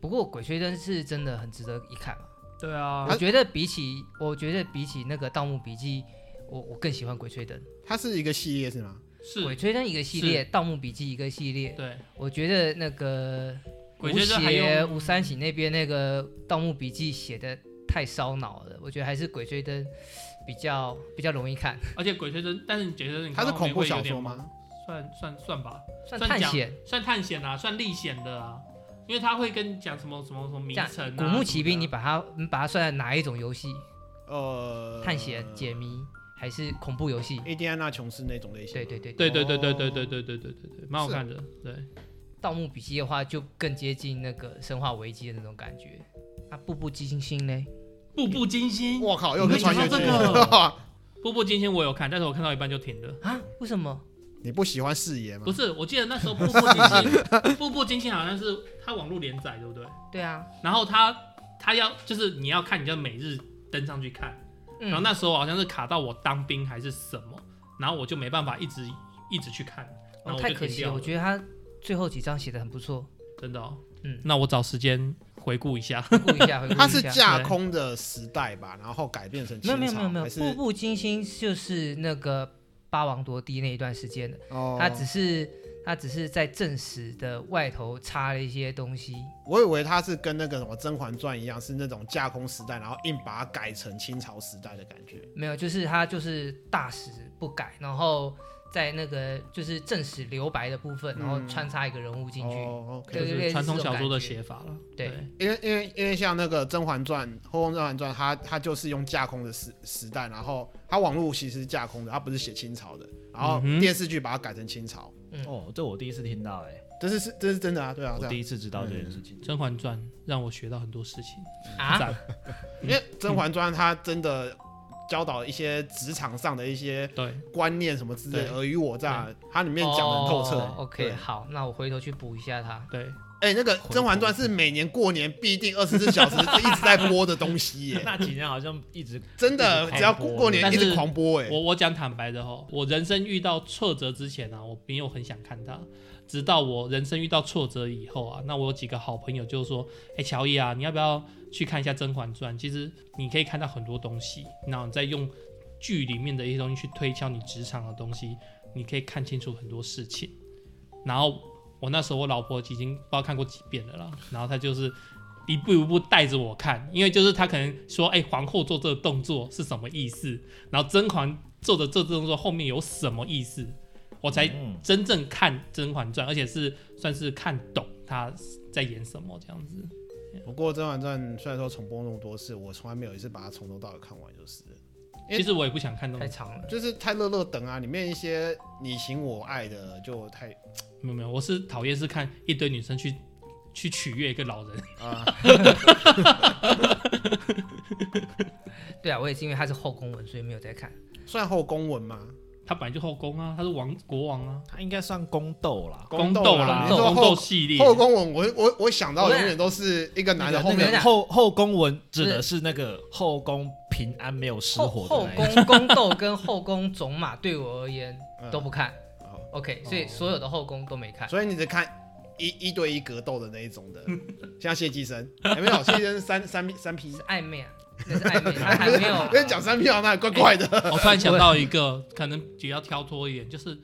Speaker 1: 不过《鬼吹灯》是真的很值得一看啊。
Speaker 4: 对啊
Speaker 1: 我，觉得比起，我觉得比起那个《盗墓笔记》，我我更喜欢《鬼吹灯》。
Speaker 3: 它是一个系列是吗？
Speaker 4: 是
Speaker 1: 鬼吹灯》一个系列，《盗墓笔记》一个系列。
Speaker 4: 对，
Speaker 1: 我觉得那个
Speaker 4: 鬼
Speaker 1: 吴
Speaker 4: 吹灯还
Speaker 1: 邪、
Speaker 4: 用
Speaker 1: 吴三省那边那个《盗墓笔记》写的太烧脑了，我觉得还是《鬼吹灯》比较比较容易看。
Speaker 4: 而且鬼吹灯，但是你觉得你
Speaker 3: 它
Speaker 4: 看
Speaker 3: 是
Speaker 4: 后
Speaker 3: 恐
Speaker 4: 面
Speaker 3: 怖
Speaker 4: 会有
Speaker 3: 小
Speaker 4: 点
Speaker 3: 说吗？
Speaker 4: 算算算算吧，
Speaker 1: 算
Speaker 4: 算
Speaker 1: 探
Speaker 4: 讲
Speaker 1: 险，
Speaker 4: 算探险啊，算历险的啊，因为他会跟你讲什么什么什么名
Speaker 1: 这样
Speaker 4: 城啊。
Speaker 1: 古墓奇兵，
Speaker 4: 什
Speaker 1: 你
Speaker 4: 么的
Speaker 1: 把它你把它算在哪一种游戏？
Speaker 3: 呃，
Speaker 1: 探险、解谜还是恐怖游戏？
Speaker 3: 印第安纳琼斯那种类型，
Speaker 1: 对对对，
Speaker 4: 对对对对对对对对对对对，蛮好
Speaker 3: 是啊
Speaker 4: 看的。对，
Speaker 1: 盗墓笔记的话就更接近那个生化危机的那种感觉。那啊步步惊心呢？
Speaker 4: 步步惊心，
Speaker 3: 我靠，又可以穿越
Speaker 4: 你
Speaker 3: 剧
Speaker 4: 没想到这
Speaker 3: 了。
Speaker 4: 步步惊心我有看，但是我看到一半就停了。
Speaker 1: 啊？为什么？
Speaker 3: *laughs* 你不喜欢视野吗？
Speaker 4: 不是，我记得那时候步步惊心，步步惊心好像是它网络连载，对不对？
Speaker 1: 对啊，
Speaker 4: 然后它它要就是你要看，你就每日登上去看。然后
Speaker 1: 嗯，
Speaker 4: 那时候好像是卡到我当兵还是什么，然后我就没办法一直一直去看，
Speaker 1: 哦
Speaker 4: 然后我
Speaker 1: 太
Speaker 4: 就
Speaker 1: 可
Speaker 4: 停
Speaker 1: 惜
Speaker 4: 掉
Speaker 1: 了。我
Speaker 4: 了。
Speaker 1: 觉得他最后几章写的很不错，
Speaker 4: 真的、哦，
Speaker 1: 嗯
Speaker 4: 那我找时间回顾一下。
Speaker 1: 回顾一下，回顾一下。
Speaker 3: 它是架空的时代吧，然后改变成
Speaker 1: 没有
Speaker 3: 清
Speaker 1: 没有
Speaker 3: 朝
Speaker 1: 没有没有，
Speaker 3: 还是
Speaker 1: 步步惊心就是那个八王夺嫡那一段时间的，
Speaker 3: 哦，
Speaker 1: 他只是他只是在正史的外头插了一些东西，
Speaker 3: 我以为它是跟那个什么《甄嬛传》一样，是那种架空时代，然后硬把它改成清朝时代的感觉。
Speaker 1: 没有，就是他就是大史不改，然后在那个就是正史留白的部分，然后
Speaker 3: 嗯
Speaker 1: 穿插一个人物进去，
Speaker 3: 哦
Speaker 1: 对
Speaker 3: ，OK，
Speaker 4: 就
Speaker 1: 类
Speaker 4: 是
Speaker 1: 似
Speaker 4: *laughs* 传统
Speaker 1: 这种
Speaker 4: 小说的
Speaker 1: 感觉
Speaker 4: 写法了。
Speaker 1: 对
Speaker 3: 因为因为因为像那个《甄嬛传》《后宫甄嬛传》它，它就是用架空的时时代，然后它网络其实是架空的，它不是写清朝的，然后
Speaker 4: 嗯哼
Speaker 3: 电视剧把它改成清朝，
Speaker 5: 哦，这我第一次听到，哎，
Speaker 3: 这是是这是真的啊，对啊，
Speaker 5: 我
Speaker 3: 对啊
Speaker 5: 第一次知道这件事情。
Speaker 4: 《甄嬛传》让我学到很多事情。
Speaker 1: 啊，
Speaker 4: 赞
Speaker 3: 因为《甄嬛传》它真的教导一些职场上的一些
Speaker 4: 对，
Speaker 3: 观念什么之类
Speaker 4: 对
Speaker 3: 的，尔虞我诈，它里面讲的很透彻。
Speaker 1: 哦 OK，
Speaker 3: 对
Speaker 1: 好，那我回头去补一下它。
Speaker 4: 对，
Speaker 3: 哎、那个《甄嬛传》是每年过年必定二十四小时一直在播的东西耶，
Speaker 5: *laughs* 那几年好像一直
Speaker 3: 真的，只要过过年一直狂播哎。
Speaker 4: 我我讲坦白的哦，我人生遇到挫折之前啊，我没有很想看它，直到我人生遇到挫折以后啊，那我有几个好朋友就说，哎、乔伊啊，你要不要去看一下《甄嬛传》？其实你可以看到很多东西，然后你再用剧里面的一些东西去推敲你职场的东西，你可以看清楚很多事情。然后我那时候我老婆已经不知道看过几遍了啦，然后她就是。一步一步带着我看，因为就是她可能说，哎、皇后做这个动作是什么意思？然后甄嬛做的这动作后面有什么意思，我才
Speaker 5: 嗯
Speaker 4: 真正看《甄嬛传》，而且是算是看懂他在演什么这样子。
Speaker 3: 不过《甄嬛传》虽然说重播那么多次，我从来没有一次把它从头到尾看完，就是了因为
Speaker 4: 其实我也不想看那
Speaker 1: 太
Speaker 4: 么，
Speaker 1: 长了，
Speaker 3: 就是太乐乐等啊，里面一些你情我爱的就太
Speaker 4: 没有没有，我是讨厌是看一堆女生去去取悦一个老人。 *laughs*
Speaker 3: 啊、
Speaker 1: 对啊，我也是因为它是后宫文，所以没有在看。
Speaker 3: 算后宫文吗？
Speaker 4: 他本来就后宫啊，他是王国王啊，
Speaker 5: 他应该算宫斗啦，
Speaker 4: 宫
Speaker 3: 斗
Speaker 4: 啦，
Speaker 3: 你
Speaker 1: 宫
Speaker 3: 说
Speaker 4: 宫
Speaker 3: 后
Speaker 4: 斗系列。
Speaker 3: 后宫文，我我我想到永远都是一个男的
Speaker 5: 那个
Speaker 1: 啊
Speaker 3: 后
Speaker 5: 那个
Speaker 3: 面啊
Speaker 5: 后后宫文指的是那个后宫平安没有失
Speaker 1: 后
Speaker 5: 火
Speaker 1: 后
Speaker 5: 的那一
Speaker 1: 宫宫斗跟后宫种马对我而言
Speaker 3: 嗯
Speaker 1: 都不啊看
Speaker 3: 哦。
Speaker 1: OK，所以所有的后宫都没看。
Speaker 3: 所以你只看一一对一格斗的那一种的，像谢继生，有没有？谢继生三三三 P，
Speaker 1: 是暧昧啊，那是暧昧，他还没
Speaker 3: *laughs*
Speaker 1: 有啊
Speaker 3: 因为讲三 P 好像怪怪
Speaker 4: *laughs*
Speaker 3: 的。 *laughs*
Speaker 4: 我突然想到一个，可能比较跳脱一点，就是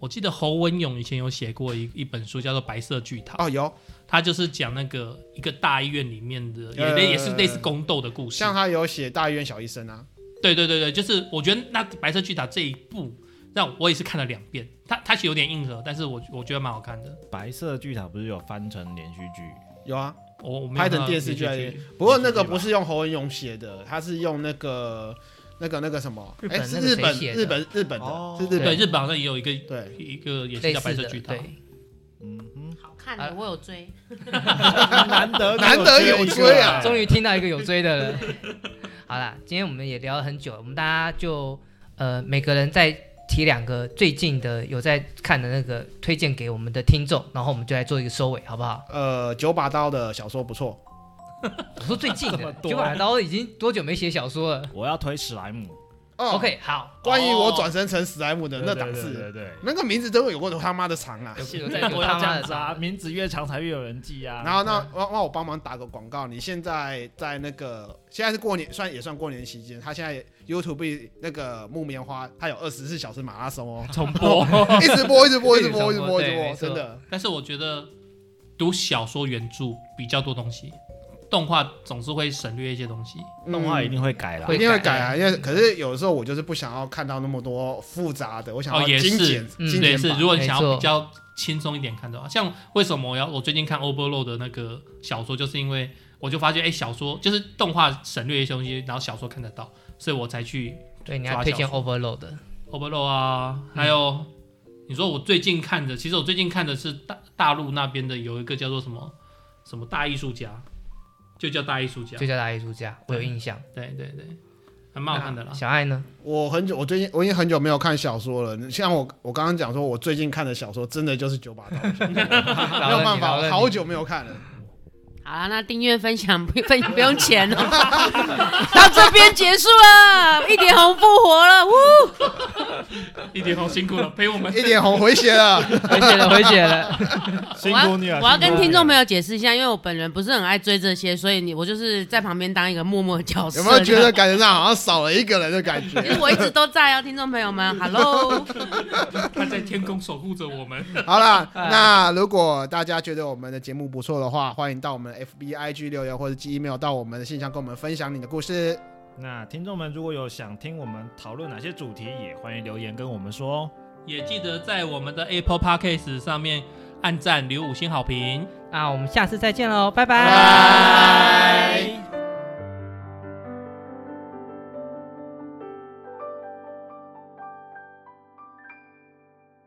Speaker 4: 我记得侯文勇以前有写过一一本书，叫做《白色巨塔》。
Speaker 3: 哦，有，
Speaker 4: 他就是讲那个一个大医院里面的，也
Speaker 3: 呃
Speaker 4: 类也是类似宫斗的故事。
Speaker 3: 像他有写《大医院小医生》啊，
Speaker 4: 对对对对，就是我觉得那白色巨塔这一部，让我也是看了两遍。它它其实有点硬核，但是我我觉得蛮好看的。
Speaker 5: 白色巨塔不是有翻成连续剧？
Speaker 3: 有啊。
Speaker 4: 我我没有
Speaker 3: 拍
Speaker 4: 看
Speaker 3: 成
Speaker 4: 到
Speaker 3: 电视剧
Speaker 4: 连
Speaker 3: 还
Speaker 4: 续
Speaker 3: 是？不过那个不是用侯文勇写的，他是用那个那个那个什么，
Speaker 1: 日本
Speaker 3: 哎，是
Speaker 1: 那个
Speaker 3: 日本
Speaker 1: 谁写的
Speaker 3: 日本日本的
Speaker 5: 哦，
Speaker 3: 是日
Speaker 4: 对，
Speaker 3: 本
Speaker 4: 日本好像也有一个
Speaker 3: 对。
Speaker 4: 一个也是
Speaker 1: 类
Speaker 4: 叫白
Speaker 1: 似
Speaker 4: 色
Speaker 1: 的，
Speaker 4: 巨塔，
Speaker 1: 对，，
Speaker 5: 嗯哼，
Speaker 2: 好看
Speaker 1: 啊
Speaker 2: 的，我有追。
Speaker 5: 难得
Speaker 3: 呃难得有追啊
Speaker 1: *laughs* 终于听到一个有追的了。 *laughs* 好啦，今天我们也聊了很久，我们大家就呃每个人再提两个最近的有在看的那个推荐给我们的听众，然后我们就来做一个收尾，好不好？
Speaker 3: 呃，九把刀的小说不错，
Speaker 1: 我说最 *laughs* 近的，
Speaker 5: 多
Speaker 1: 九把刀已经多久没写小说了
Speaker 5: 我要推史莱姆，
Speaker 3: 哦
Speaker 1: ？OK，好，
Speaker 3: 关于我转生成史莱姆的那档
Speaker 5: 哦对嗯
Speaker 3: 次，
Speaker 5: 对对对。
Speaker 3: 那个名字都有过他妈的长啊。
Speaker 1: 有有
Speaker 5: 现
Speaker 1: 在
Speaker 5: 在
Speaker 1: 有
Speaker 5: 我
Speaker 1: 他
Speaker 5: 要这
Speaker 1: 妈
Speaker 5: 样
Speaker 1: 的
Speaker 5: 子啊，
Speaker 1: 啥？
Speaker 5: 名字越长才越有人记啊。
Speaker 3: 然后那
Speaker 1: 嗯
Speaker 3: 让让我帮忙打个广告，你现在在那个现在是过年，算也算过年期间，他现在 YouTube 那个木棉花，它有二十四小时马拉松哦
Speaker 4: 重播。
Speaker 3: *laughs* 一直播一直播一直播
Speaker 1: 一直重
Speaker 3: 一直
Speaker 1: 播
Speaker 3: 播一
Speaker 1: 对
Speaker 3: 直播，
Speaker 1: 没错
Speaker 3: 真的
Speaker 4: 但是我觉得读小说原著比较多东西，动画总是会省略一些东西。
Speaker 5: 嗯动画一定会改啦
Speaker 1: 会。
Speaker 3: 嗯一定会改啊，因为可是有的时候我就是不想要看到那么多复杂的，我想要
Speaker 4: 哦也是
Speaker 3: 精简、
Speaker 1: 嗯
Speaker 3: 精
Speaker 1: 经
Speaker 4: 对，
Speaker 3: 简
Speaker 4: 是
Speaker 3: 版。
Speaker 4: 如果你想要
Speaker 1: 没错
Speaker 4: 比较轻松一点看的话，像为什么我要我最近看 Overload 的那个小说，就是因为我就发现，哎、小说就是动画省略一些东西，然后小说看得到，所以我才去
Speaker 1: 对，你
Speaker 4: 抓
Speaker 1: 要推荐
Speaker 4: 小说
Speaker 1: Overload 的
Speaker 4: Overload 啊，还有、
Speaker 1: 嗯
Speaker 4: 你说我最近看的，其实我最近看的是大大陆那边的有一个叫做什么什么大艺术家，就叫大艺术家
Speaker 1: 就，叫大艺术家，我有印象。
Speaker 4: 对对对，还蛮好看的啦
Speaker 1: 那。小爱呢？
Speaker 3: 我很久，我最近我已经很久没有看小说了。像我，我刚刚讲说，我最近看的小说真的就是《九把刀》，没有办法，我好久没有看了。
Speaker 2: 好啦，那订阅分享 *laughs* 不分不用钱
Speaker 3: *laughs*
Speaker 2: 了，到这边结束了，一点红复活了，呜，
Speaker 4: *laughs* 一点好辛苦了，陪我们
Speaker 3: 一
Speaker 1: 哎
Speaker 3: 点红回血 *laughs* 了，
Speaker 1: 回血了，回血了。
Speaker 5: 辛
Speaker 2: 我要
Speaker 5: 苦你了，
Speaker 2: 我要跟听众朋
Speaker 5: 友，
Speaker 2: 友解释一下，因为我本人不是很爱追这些，所以你我就是在旁边当一个默默的角色。
Speaker 3: 有没有觉得？感觉上好像少了一个人的感 *laughs*
Speaker 2: 其实
Speaker 3: 觉？
Speaker 2: 我一直都在哦，听众朋友们，Hello，
Speaker 4: *laughs* 他在天空守护着我们。
Speaker 3: 好啦，那如果大家觉得我们的节目不错的话，欢迎到我们的 FB、IG 留言或者寄 email 到我们的信箱，跟我们分享你的故事。
Speaker 5: 那听众们如果有想听我们讨论哪些主题，也欢迎留言跟我们说哦。
Speaker 4: 也记得在我们的 Apple Podcast 上面按赞、留五星好评。
Speaker 1: 那我们下次再见喽，拜
Speaker 3: 拜
Speaker 1: 拜。
Speaker 3: 拜